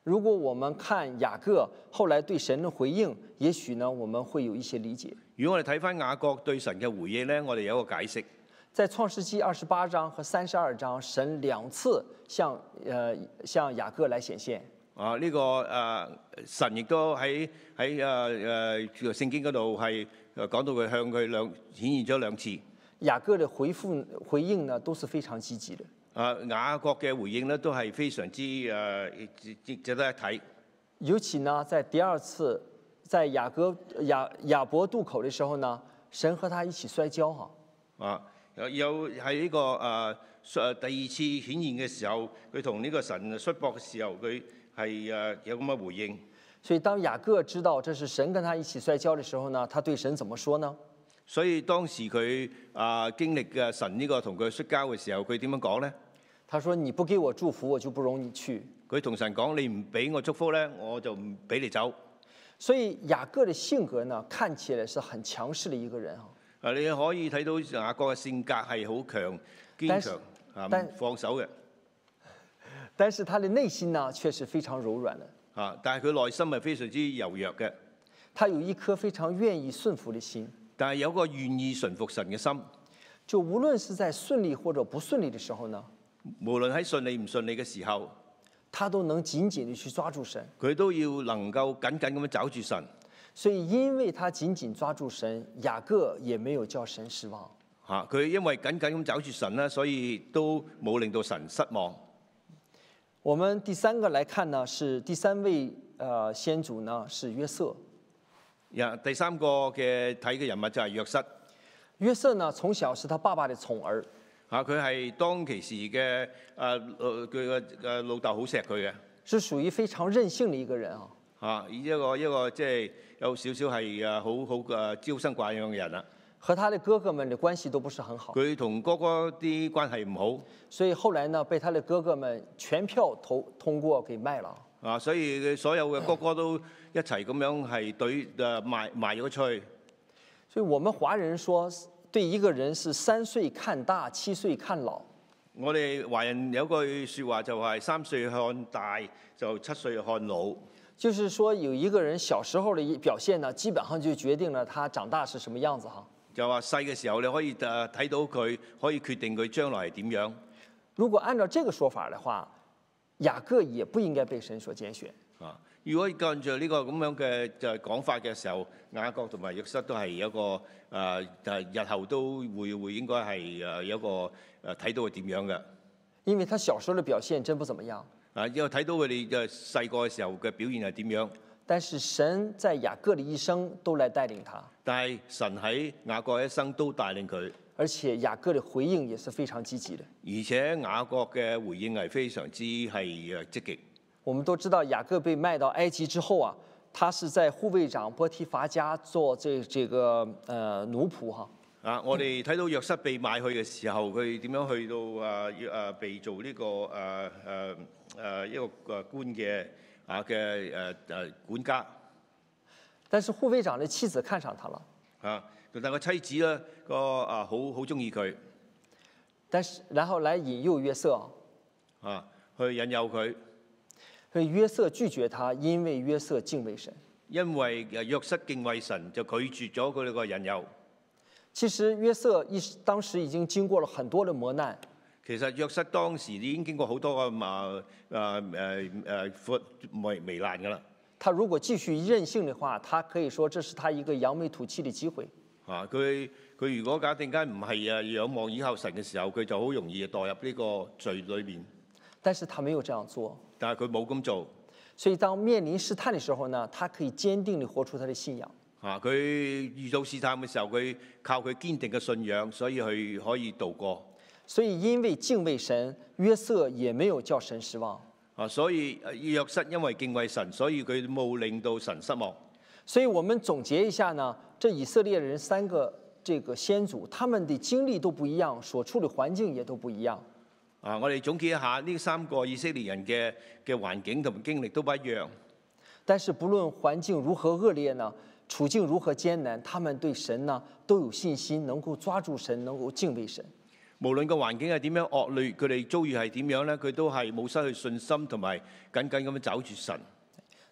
[SPEAKER 1] 如果我們看雅各後來對神的回應，也許呢我們會有一些理解。
[SPEAKER 2] 如果我哋睇翻雅各對神嘅回應咧，我哋有一個解釋。
[SPEAKER 1] 在创世纪二十八章和三十二章，神兩次向呃向雅各來顯現。
[SPEAKER 2] 啊，呢、個誒、呃神亦都喺喺誒誒聖經嗰度係呃講到佢向佢兩顯現咗兩次。
[SPEAKER 1] 雅各的回复回應呢都是非常積極的。
[SPEAKER 2] 啊，雅各嘅回應咧都係非常之誒、呃值值值得一睇。
[SPEAKER 1] 尤其呢，在第二次在雅各雅雅伯渡口的時候呢，神和他一起摔跤哈、
[SPEAKER 2] 啊，有有喺呢、個誒誒、呃第二次顯現嘅時候，佢同呢個神摔搏嘅時候，佢係誒有咁嘅回應。
[SPEAKER 1] 所以當雅各知道這是神跟他一起摔跤的時候呢，他對神怎麼說呢？
[SPEAKER 2] 所以當時佢啊經歷嘅神呢個同佢摔跤嘅時候，佢點樣講呢？
[SPEAKER 1] 他說：“你不給我祝福，我就不容你去。
[SPEAKER 2] 佢同神講：你唔俾我祝福呢，我就唔俾你走。”
[SPEAKER 1] 所以雅各的性格呢，看起來是很強勢的一個人啊。
[SPEAKER 2] 啊，你可以睇到雅各嘅性格係好強、堅
[SPEAKER 1] 但是
[SPEAKER 2] 強啊，
[SPEAKER 1] 但
[SPEAKER 2] 唔放手嘅
[SPEAKER 1] 但是他的內心呢，卻是非常柔軟的。
[SPEAKER 2] 啊，但係佢內心係非常之柔弱嘅，
[SPEAKER 1] 他有一顆非常願意順服的心，
[SPEAKER 2] 但係有個願意順服神嘅心，
[SPEAKER 1] 就無論是在順利或者不順利的時候呢，
[SPEAKER 2] 無論喺順利唔順利嘅時候，
[SPEAKER 1] 他都能緊緊地去抓住神。
[SPEAKER 2] 佢都要能夠緊緊咁樣抓住神。
[SPEAKER 1] 所以，因為他緊緊抓住神，雅各也沒有叫神失望。
[SPEAKER 2] 嚇！佢因為緊緊咁抓住神啦，所以都冇令到神失望。
[SPEAKER 1] 我們第三個來看呢，是第三位呃先祖呢是約瑟。
[SPEAKER 2] 呀，第三個嘅睇嘅人物就係約瑟。
[SPEAKER 1] 約瑟呢從小是他爸爸的寵兒，
[SPEAKER 2] 嚇佢係當其時嘅誒誒佢嘅誒老豆好錫佢嘅
[SPEAKER 1] 是属於非常任性的一个人啊。
[SPEAKER 2] 嚇，以一個一個即係有少少係誒好好誒招生慣養嘅人啦。
[SPEAKER 1] 和他的哥哥们的关系都不是很好，
[SPEAKER 2] 佢同哥哥啲關係唔
[SPEAKER 1] 所以后来呢，被他的哥哥们全票投通过给卖了。
[SPEAKER 2] 好啊，所以佢所有嘅哥哥都一齊咁樣係對誒賣賣咗出去。
[SPEAKER 1] 所以我们华人说，对一个人是三岁看大，七岁看老。
[SPEAKER 2] 我哋華人有句説話就係三歲看大，就七歲看老。
[SPEAKER 1] 就是说，有一个人小时候的一表現呢，基本上就決定了他長大是什麼樣子哈。
[SPEAKER 2] 就話細嘅時候你可以誒睇到佢，可以決定佢將來係點樣。
[SPEAKER 1] 如果按照這個說法的話，雅各也不應該被神所揀選。
[SPEAKER 2] 啊！如果按照呢個咁樣嘅就係講法嘅時候，雅各同埋約瑟都係一個誒，呃就係、日後都會會應該係誒有一個誒睇到佢點樣嘅。
[SPEAKER 1] 因為他小時候的表現真不怎麼樣，
[SPEAKER 2] 啊，因為睇到佢哋嘅細個嘅時候嘅表現係點樣，
[SPEAKER 1] 但是神在雅各的一生都來帶領他，
[SPEAKER 2] 但係神喺雅各一生都帶領佢，
[SPEAKER 1] 而且雅各的回應也是非常積極的。
[SPEAKER 2] 而且雅各嘅回應係非常之係誒積極。
[SPEAKER 1] 我們都知道雅各被賣到埃及之後啊，他是在護衛長波提伐家做这这个呃奴仆哈。
[SPEAKER 2] 啊！我哋睇到約瑟被賣去嘅時候，佢點樣去到啊要啊被做呢、個誒誒誒一個誒官嘅啊嘅誒誒管家
[SPEAKER 1] 但是護衛長的妻子看上他了，
[SPEAKER 2] 啊，但係個妻子咧個啊好好中意佢
[SPEAKER 1] 但是然後來引誘約瑟啊，
[SPEAKER 2] 啊，去引誘佢，
[SPEAKER 1] 所以約瑟拒絕他，因為約瑟敬畏神。
[SPEAKER 2] 因為誒約瑟敬畏神，就拒絕咗佢哋個引誘。
[SPEAKER 1] 其實約瑟一时當時已經經過了很多的磨難，
[SPEAKER 2] 其實約瑟當時已經經過好多個啊啊誒誒闊危危難㗎啦。
[SPEAKER 1] 他如果繼續任性的話，他可以說這是他一個揚眉吐氣的機會。
[SPEAKER 2] 啊！佢佢如果假定間唔係啊仰望以後神嘅時候，佢就好容易代入呢個罪裏面。
[SPEAKER 1] 但是他沒有這樣做，
[SPEAKER 2] 但係佢冇咁做，
[SPEAKER 1] 所以當面臨試探的時候呢，他可以堅定地活出他的信仰。
[SPEAKER 2] 啊！佢遇到試探嘅時候，佢靠佢堅定嘅信仰，所以佢可以度過。
[SPEAKER 1] 所以因為敬畏神，約瑟也沒有叫神失望。
[SPEAKER 2] 啊！所以啊約瑟因為敬畏神，所以佢冇令到神失望。
[SPEAKER 1] 所以我們總結一下呢，這以色列人三個這個先祖，他們的經歷都不一樣，所處的環境也都不一樣。
[SPEAKER 2] 啊！我哋總結一下呢三個以色列人嘅嘅環境同埋經歷都不一樣。
[SPEAKER 1] 但是不論環境如何惡劣呢，處境如何艱難，他們對神呢都有信心，能夠抓住神，能夠敬畏神。
[SPEAKER 2] 無論個環境係點樣惡劣，佢哋遭遇係點樣呢？佢都係冇失去信心，同埋緊緊咁樣找住神。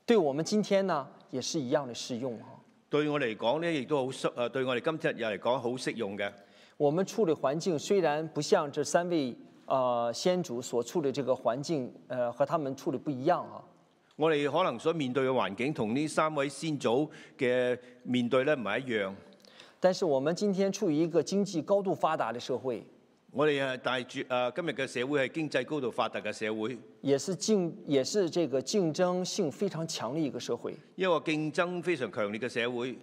[SPEAKER 1] 對我們今天呢也是一樣的適用啊。
[SPEAKER 2] 對我嚟講呢，亦都好適誒，對我哋今日又嚟講好適用嘅。
[SPEAKER 1] 我們處的環境雖然不像這三位呃先祖所處的這個環境，呃和他們處的不一樣啊，
[SPEAKER 2] 我哋可能所面對嘅環境同呢三位先祖嘅面對呢唔係一樣。
[SPEAKER 1] 但是我們今天處於一個經濟高度發達的社會，
[SPEAKER 2] 我哋係大住誒今日嘅社會係經濟高度發達嘅社會，
[SPEAKER 1] 也是競也是這個競爭性非常強的一個社會，
[SPEAKER 2] 一個競爭非常強烈嘅社會，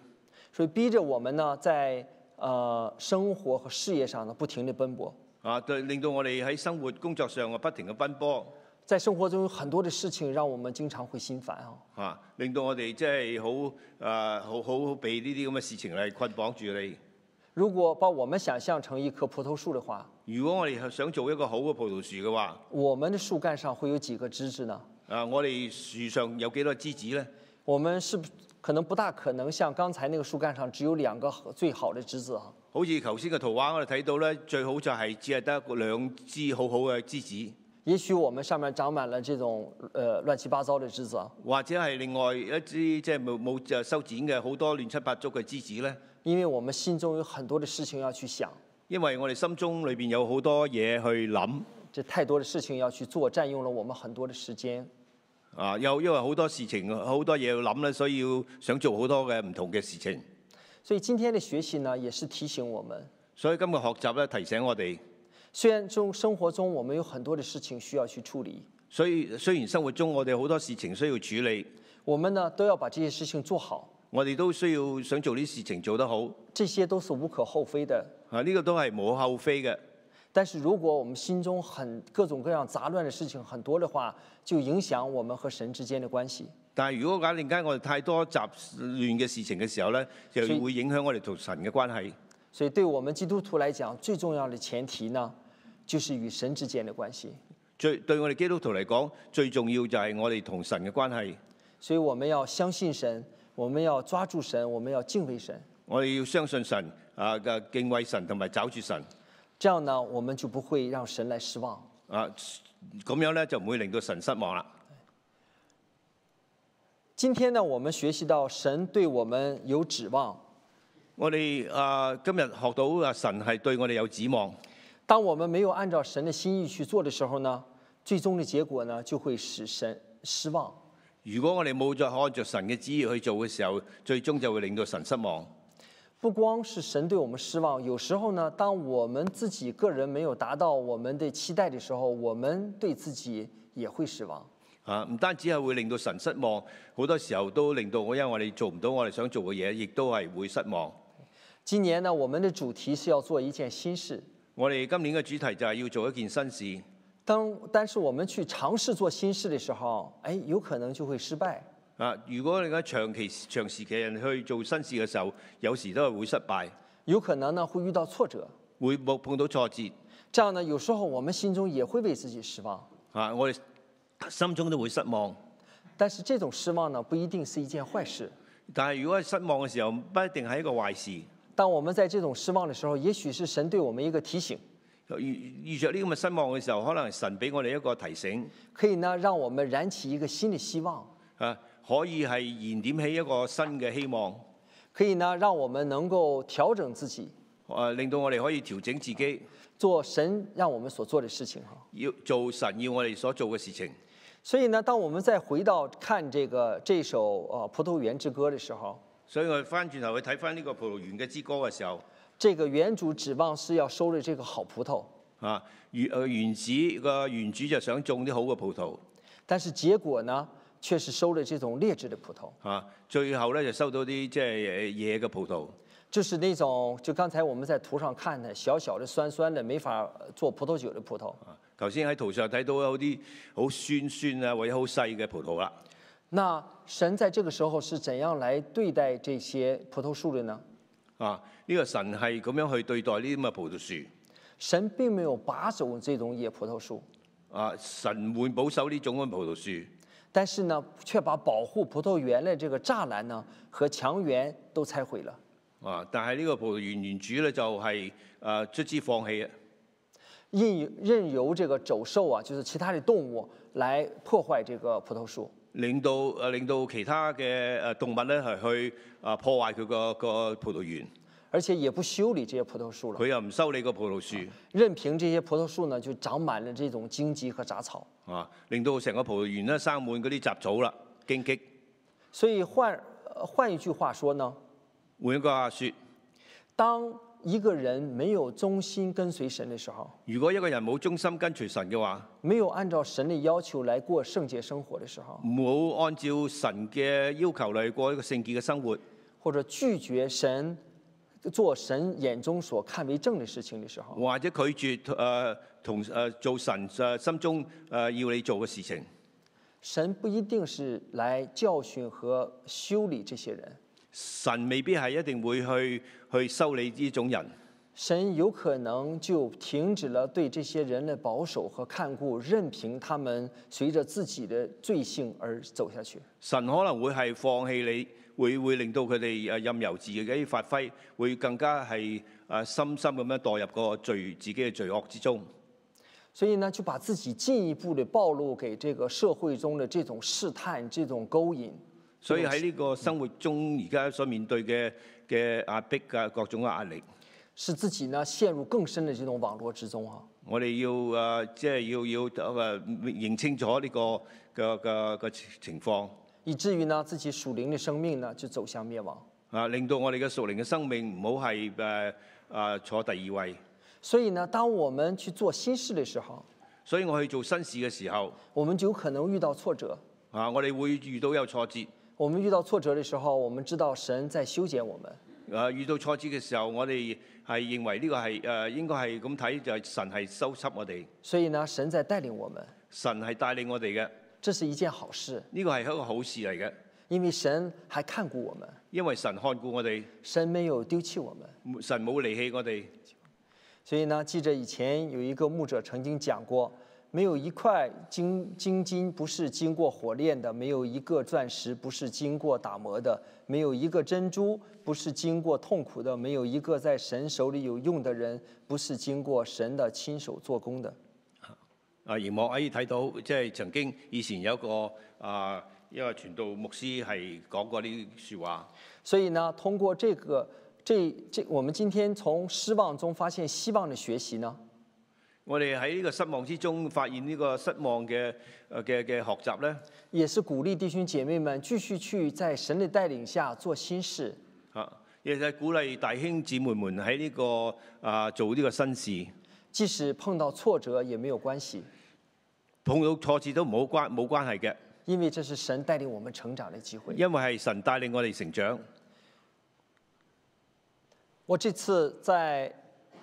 [SPEAKER 1] 所以逼着我們呢在呃生活和事業上呢不停地奔波。
[SPEAKER 2] 啊，對令到我哋喺生活工作上啊不停嘅奔波，
[SPEAKER 1] 在生活中有很多的事情让我们經常會心煩啊。
[SPEAKER 2] 啊，令到我哋即係好誒好好好被呢啲咁嘅事情嚟捆綁住你。
[SPEAKER 1] 如果把我們想象成一棵葡萄樹的話，
[SPEAKER 2] 如果我哋想做一個好嘅葡萄樹嘅話，
[SPEAKER 1] 我們的樹幹上會有幾個枝子呢？
[SPEAKER 2] 啊，我哋樹上有幾多枝子呢？
[SPEAKER 1] 我們是不可能不大可能像剛才那個樹幹上只有兩個最好的枝子啊。
[SPEAKER 2] 好似頭先嘅圖畫，我哋睇到咧，最好就係只係得兩支好好嘅枝子，
[SPEAKER 1] 也許我們上面長滿了這種呃亂七八糟的枝子啊，
[SPEAKER 2] 或者係另外一支即係冇冇就修剪嘅好多亂七八糟嘅枝子咧。
[SPEAKER 1] 因為我們心中有很多的事情要去想，
[SPEAKER 2] 因為我哋心中裏邊有好多嘢去諗
[SPEAKER 1] 這太多的事情要去做，佔用了我們很多的時間。
[SPEAKER 2] 啊，又因為好多事情好多嘢要諗咧，所以要想做好多嘅唔同嘅事情。
[SPEAKER 1] 所以今天的學習呢，也是提醒我們，
[SPEAKER 2] 所以今日學習咧提醒我哋，
[SPEAKER 1] 雖然中生活中我們有很多的事情需要去處理，
[SPEAKER 2] 所以雖然生活中我哋好多事情需要處理，
[SPEAKER 1] 我們呢都要把這些事情做好，
[SPEAKER 2] 我哋都需要想做啲事情做得好
[SPEAKER 1] 這些都是無可厚非的。
[SPEAKER 2] 啊，呢、個都係無可厚非嘅。
[SPEAKER 1] 但是如果我们心中很各种各样杂乱的事情很多的话，就影响我们和神之间的关系。
[SPEAKER 2] 但係如果假令間我哋太多雜亂嘅事情嘅時候咧，就
[SPEAKER 1] 所以
[SPEAKER 2] 會影響我哋同神嘅關係。
[SPEAKER 1] 所以，对我们基督徒来讲，最重要的前提呢，就是与神之间的关系。
[SPEAKER 2] 最對我哋基督徒嚟講，最重要就係我哋同神嘅關係。
[SPEAKER 1] 所以，我们要相信神，我们要抓住神，我们要敬畏神。
[SPEAKER 2] 我哋要相信神啊，嘅敬畏神同埋找住神
[SPEAKER 1] 这样呢，我们就不会让神来失望。
[SPEAKER 2] 啊，咁樣咧就唔會令到神失望啦。
[SPEAKER 1] 今天呢，我们学习到神对我们有指望。
[SPEAKER 2] 我哋啊今日學到啊神係對我哋有指望。
[SPEAKER 1] 当我们没有按照神的心意去做的时候呢，最终的结果呢，就会使神失望。
[SPEAKER 2] 如果我哋冇再按着神嘅旨意去做嘅時候，最終就會令到神失望。
[SPEAKER 1] 不光是神对我们失望，有时候呢，当我们自己个人没有达到我们的期待的时候，我们对自己也會失望。
[SPEAKER 2] 啊，唔單止係會令到神失望，好多時候都令到我，因為我哋做唔到我哋想做嘅嘢，亦都係會失望。
[SPEAKER 1] 今年呢，我们的主题是要做一件新事。
[SPEAKER 2] 我哋今年嘅主題就係要做一件新事，
[SPEAKER 1] 当但是我们去尝试做新事的时候，哎，有可能就会失败。
[SPEAKER 2] 啊！如果你而家長期長時期人去做新事嘅時候，有時都係會失敗，
[SPEAKER 1] 有可能呢会遇到挫折，
[SPEAKER 2] 會碰碰到挫折。
[SPEAKER 1] 这样呢有时候我们心中也会为自己失望，
[SPEAKER 2] 啊！我哋心中都會失望。
[SPEAKER 1] 但是这种失望呢不一定是一件坏事。
[SPEAKER 2] 但係如果係失望嘅時候，不一定係一個壞事。
[SPEAKER 1] 当我们在这种失望的时候，也许是神对我们一个提醒，
[SPEAKER 2] 遇遇着呢咁嘅失望嘅時候，可能神俾我哋一個提醒，
[SPEAKER 1] 可以呢让我们燃起一个新的希望，
[SPEAKER 2] 啊，可以係燃點起一個新嘅希望，
[SPEAKER 1] 可以呢让我们能够调整自己，
[SPEAKER 2] 啊，令到我哋可以調整自己。
[SPEAKER 1] 做神让我们所做的事情哈。
[SPEAKER 2] 要做神要我哋所做嘅事情。
[SPEAKER 1] 所以呢，当我们再回到看这个这首呃《葡萄园之歌》的时候，
[SPEAKER 2] 所以我翻轉頭去睇翻呢個葡萄園嘅之歌嘅時候，
[SPEAKER 1] 这个原主指望是要收了这个好葡萄，
[SPEAKER 2] 啊，原呃原子個原主就想種啲好嘅葡萄，
[SPEAKER 1] 但是结果呢，却是收了这种劣质的葡萄，
[SPEAKER 2] 啊，最後咧就收到啲即係野嘅葡萄，
[SPEAKER 1] 就是那种就刚才我们在圖上看的小小的、酸酸的，没法呃做葡萄酒的葡萄。
[SPEAKER 2] 啊，頭先喺圖上睇到有啲好酸酸啊或者好細嘅葡萄啦，
[SPEAKER 1] 那神在这个时候是怎样来对待这些葡萄树的呢？
[SPEAKER 2] 啊，呢、個神係咁樣去對待呢啲咁嘅葡萄
[SPEAKER 1] 神并没有把守这种野葡萄樹，
[SPEAKER 2] 樹，啊，神會保守呢種嘅葡萄樹，
[SPEAKER 1] 但是呢，却把保護葡萄园的这个栅栏呢和墙垣都拆毁了。
[SPEAKER 2] 啊，但係呢個葡萄園園主咧就係、啊卒之放棄啊。
[SPEAKER 1] 任任由这个走獸啊，就是其他的动物来破坏这个葡萄树。
[SPEAKER 2] 令到誒令到其他嘅誒動物咧係去啊破壞佢個個葡萄園，
[SPEAKER 1] 而且也不修理这些葡萄树了，
[SPEAKER 2] 佢又唔收你個葡萄樹
[SPEAKER 1] 任凭这些葡萄树呢就长满了这种荆棘和杂草。
[SPEAKER 2] 啊，令到成個葡萄園咧生滿嗰啲雜草啦、荊棘。
[SPEAKER 1] 所以换呃换一句話說呢，
[SPEAKER 2] 換一個話説，
[SPEAKER 1] 當一個人没有忠心跟隨神的時候，
[SPEAKER 2] 如果一個人冇忠心跟隨神嘅話，
[SPEAKER 1] 沒有按照神的要求來過聖潔生活的時候，
[SPEAKER 2] 冇按照神嘅要求嚟過一個聖潔嘅生活，
[SPEAKER 1] 或者拒絕神做神眼中所看為正的事情的時候，
[SPEAKER 2] 或者拒絕誒、呃同誒、呃做神誒、呃心中誒、呃要你做嘅事情，
[SPEAKER 1] 神不一定是來教訓和修理這些人，
[SPEAKER 2] 神未必係一定會去去收你呢種人。
[SPEAKER 1] 神有可能就停止了对这些人的保守和看顾，任凭他们随着自己的罪性而走下去。
[SPEAKER 2] 神可能會係放棄你，會會令到佢哋誒呃任由自己發揮，會更加係誒深深咁樣墮入個罪自己嘅罪惡之中，
[SPEAKER 1] 所以呢，就把自己进一步的暴露给这个社会中的这种试探、这种勾引。
[SPEAKER 2] 所以喺呢個生活中而家所面對嘅嘅壓迫啊，各種嘅壓力，
[SPEAKER 1] 使自己呢陷入更深的这种網絡之中啊。
[SPEAKER 2] 我哋要啊誒即係要要誒認清楚呢、個嘅嘅嘅情況
[SPEAKER 1] 以至于呢自己属灵的生命呢就走向灭亡。
[SPEAKER 2] 啊，令到我哋嘅屬靈嘅生命唔好係誒誒坐第二位。
[SPEAKER 1] 所以呢，当我们去做新事的时候，
[SPEAKER 2] 所以我去做新事嘅時候
[SPEAKER 1] 我们就有可能遇到挫折。
[SPEAKER 2] 啊，我哋會遇到有挫折。
[SPEAKER 1] 我们遇到挫折的时候，我们知道神在修剪我们，
[SPEAKER 2] 誒、啊遇到挫折嘅時候，我哋係認為呢個係誒、啊應該係咁睇，就係、神係收輯我哋，
[SPEAKER 1] 所以呢，神在带领我们，
[SPEAKER 2] 神係帶領我哋嘅，
[SPEAKER 1] 这是一件好事，
[SPEAKER 2] 呢個係一個好事嚟嘅，
[SPEAKER 1] 因为神还看顾我们，
[SPEAKER 2] 因為神看顧我哋，
[SPEAKER 1] 神没有丢弃我们。
[SPEAKER 2] 神冇離棄我哋。
[SPEAKER 1] 所以呢，记着以前有一个牧者曾经讲过，没有一块金金金不是经过火炼的，没有一个钻石不是经过打磨的，没有一个珍珠不是经过痛苦的，没有一个在神手里有用的人不是经过神的亲手做工的。
[SPEAKER 2] 啊，熒幕可以睇到，即係曾經以前有一個啊，一個傳道牧師係講過呢啲説話。
[SPEAKER 1] 所以呢，通过这个这这，我们今天从失望中发现希望的学习呢，
[SPEAKER 2] 我哋喺呢個失望之中發現呢個失望嘅呃嘅嘅學習咧，
[SPEAKER 1] 也是鼓励弟兄姐妹们继续去在神的带领下做新事，
[SPEAKER 2] 嚇，啊亦係鼓勵弟兄姊妹們喺呢、個啊做呢個新事，
[SPEAKER 1] 即使碰到挫折也没有关系。
[SPEAKER 2] 碰到挫折都唔好關冇關係嘅，
[SPEAKER 1] 因为這是神带领我们成长的机会。
[SPEAKER 2] 因為係神帶領我哋成長。
[SPEAKER 1] 我这次在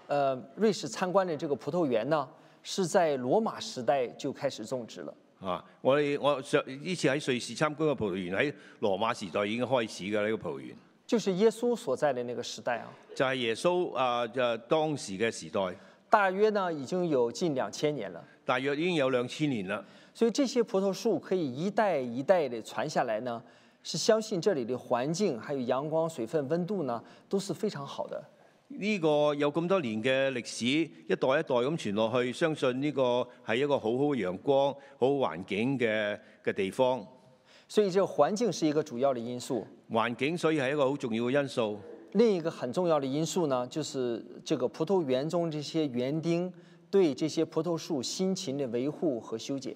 [SPEAKER 1] 呃瑞士参观的这个葡萄园呢，是在罗马时代就开始种植了。
[SPEAKER 2] 啊！我哋我上呢次喺瑞士參觀嘅葡萄園，喺羅馬時代已經開始嘅呢、個葡萄園，
[SPEAKER 1] 就是耶穌所在的那个時代啊，
[SPEAKER 2] 就係、耶穌啊就當時嘅時代，
[SPEAKER 1] 大约呢已經有近两千年了，
[SPEAKER 2] 大約已經有兩千年啦。
[SPEAKER 1] 所以这些葡萄树可以一代一代的传下来呢，是相信这里的环境、还有阳光、水分、温度呢都是非常好的。
[SPEAKER 2] 呢個有咁多年嘅歷史，一代一代咁傳落去，相信呢個係一個好好嘅陽光、好好環境嘅嘅地方。
[SPEAKER 1] 所以这个环境是一個主要的因素，
[SPEAKER 2] 環境所以係一個好重要嘅因素。
[SPEAKER 1] 另一个很重要的因素呢，就是这个葡萄园中这些园丁对这些葡萄树辛勤的维护和修剪。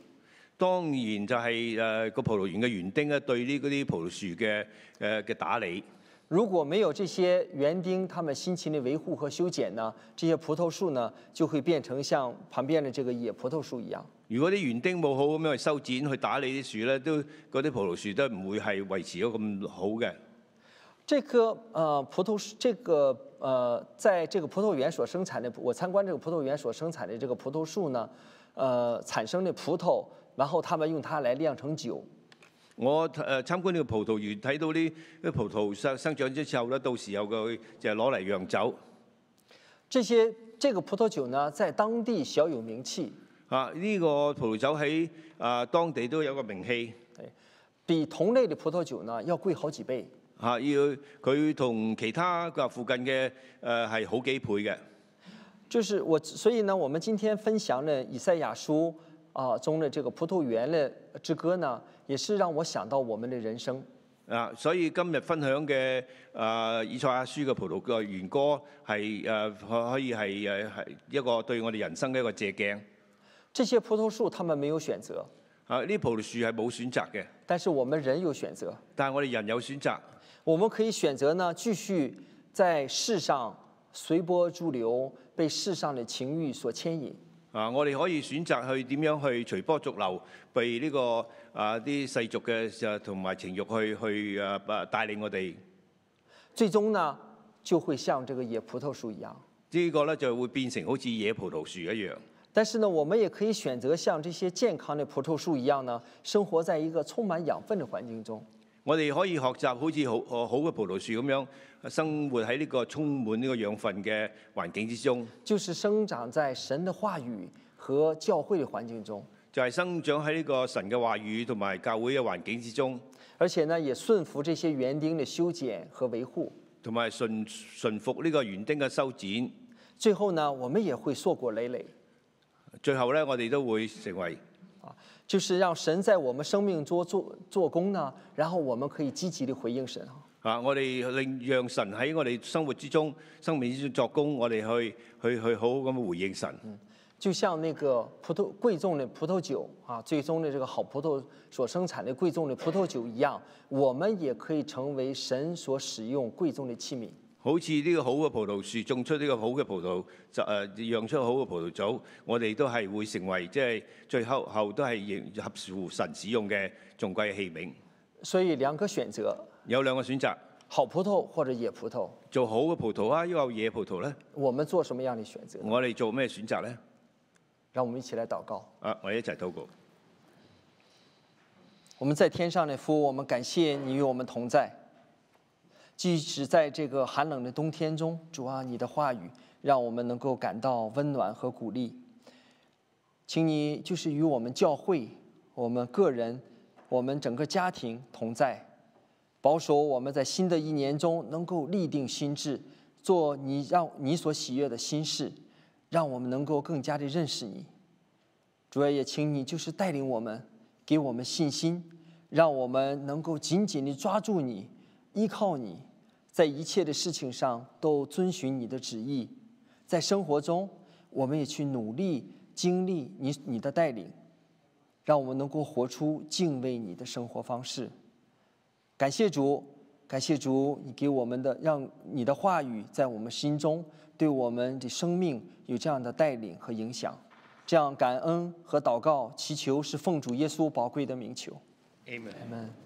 [SPEAKER 2] 當然就係誒個葡萄園嘅園丁咧，對呢嗰啲葡萄樹嘅誒嘅打理。
[SPEAKER 1] 如果没有这些园丁他们辛勤的维护和修剪呢，这些葡萄树呢就会变成像旁边的这个野葡萄树一样。
[SPEAKER 2] 如果啲園丁冇好咁樣去修剪、去打理啲樹咧，都嗰啲葡萄樹都唔會係維持咗咁好嘅。
[SPEAKER 1] 这棵呃葡萄树，这个呃，在这个葡萄园所生产的，我参观这个葡萄园所生产的这个葡萄树呢，呃，产生的葡萄，然后他们用它来酿成酒。
[SPEAKER 2] 我誒參觀呢個葡萄園，睇到呢啲葡萄生生長咗之後咧，到時候佢就係攞嚟釀酒。
[SPEAKER 1] 这些这个葡萄酒呢，在当地小有名气，
[SPEAKER 2] 啊！呢、個葡萄酒喺啊當地都有個名氣
[SPEAKER 1] 哎，比同類的葡萄酒呢要贵好幾倍。
[SPEAKER 2] 嚇、啊要佢同其他嘅附近嘅誒係好幾倍嘅。
[SPEAKER 1] 就是我，所以呢，我们今天分享的以赛亚书啊、中的这个葡萄园的之歌呢，也是让我想到我们的人生。
[SPEAKER 2] 啊，所以今日分享嘅啊以賽亞書嘅葡萄嘅園歌係誒可可以係誒係一個對我哋人生嘅一個借鏡。
[SPEAKER 1] 这些葡萄樹他們沒有選擇，
[SPEAKER 2] 啊，呢葡萄樹係冇選擇嘅，
[SPEAKER 1] 但是我們人有選擇，
[SPEAKER 2] 但係我哋人有選擇。
[SPEAKER 1] 我们可以選擇呢，继续在世上随波逐流，被世上的情欲所牵引。
[SPEAKER 2] 啊！我哋可以選擇去點樣去隨波逐流，被呢、個啊啲世俗嘅啊同埋情慾去去啊啊帶領我哋。
[SPEAKER 1] 最終呢，就會像这个野葡萄樹一樣。
[SPEAKER 2] 呢個咧就會變成好似野葡萄樹一樣。
[SPEAKER 1] 但是呢，我们也可以选择像这些健康的葡萄树一样呢，生活在一个充满养分的环境中。
[SPEAKER 2] 我哋可以學習好似好好嘅葡萄樹咁樣，生活喺呢個充滿呢個養分嘅環境之中，
[SPEAKER 1] 就是生長在神的话语和教会的环境中，
[SPEAKER 2] 就係、生長喺呢個神嘅話語同埋教會嘅環境之中，
[SPEAKER 1] 而且呢，也顺服这些园丁的修剪和维护。
[SPEAKER 2] 同埋順順服呢個園丁嘅修剪。
[SPEAKER 1] 最后呢，我们也会硕果累累
[SPEAKER 2] 最後咧，我哋都會成為
[SPEAKER 1] 啊，就是让神在我们生命中做做工呢，然后我们可以积极的回应神啊。
[SPEAKER 2] 啊！我哋令讓神喺我哋生活之中、生命之中作工，我哋去去去好好咁回應神。
[SPEAKER 1] 就像那个葡萄贵重的葡萄酒啊，最终的这个好葡萄所生产的贵重的葡萄酒一样，我们也可以成为神所使用贵重的器皿。
[SPEAKER 2] 好似呢個好嘅葡萄樹種出呢個好嘅葡萄，就誒、呃、讓出好嘅葡萄酒，我哋都係會成為即係最後後都係認合乎神使用嘅仲貴器皿。
[SPEAKER 1] 所以，兩個選擇：
[SPEAKER 2] 有兩個選擇，
[SPEAKER 1] 好葡萄或者野葡萄，
[SPEAKER 2] 做好嘅葡萄啊，抑或野葡萄咧？
[SPEAKER 1] 我们做什么样的选择？
[SPEAKER 2] 我哋做咩選擇咧？
[SPEAKER 1] 让我们一起来祷告。
[SPEAKER 2] 啊，我哋一齊禱告。
[SPEAKER 1] 我们在天上的父，我们感谢你与我们同在，即使在这个寒冷的冬天中，主啊，你的话语让我们能够感到温暖和鼓励。请你就是与我们教会、我们个人、我们整个家庭同在，保守我们在新的一年中能够立定心智，做你让你所喜悦的心事，让我们能够更加的认识你。主要也请你就是带领我们，给我们信心，让我们能够紧紧地抓住你，依靠你，在一切的事情上都遵循你的旨意，在生活中我们也去努力经历你你的带领，让我们能够活出敬畏你的生活方式。感谢主，感谢主，你给我们的让你的话语在我们心中，对我们的生命有这样的带领和影响。这样感恩和祷告，祈求是奉主耶稣宝贵的名求。
[SPEAKER 2] Amen。
[SPEAKER 1] Amen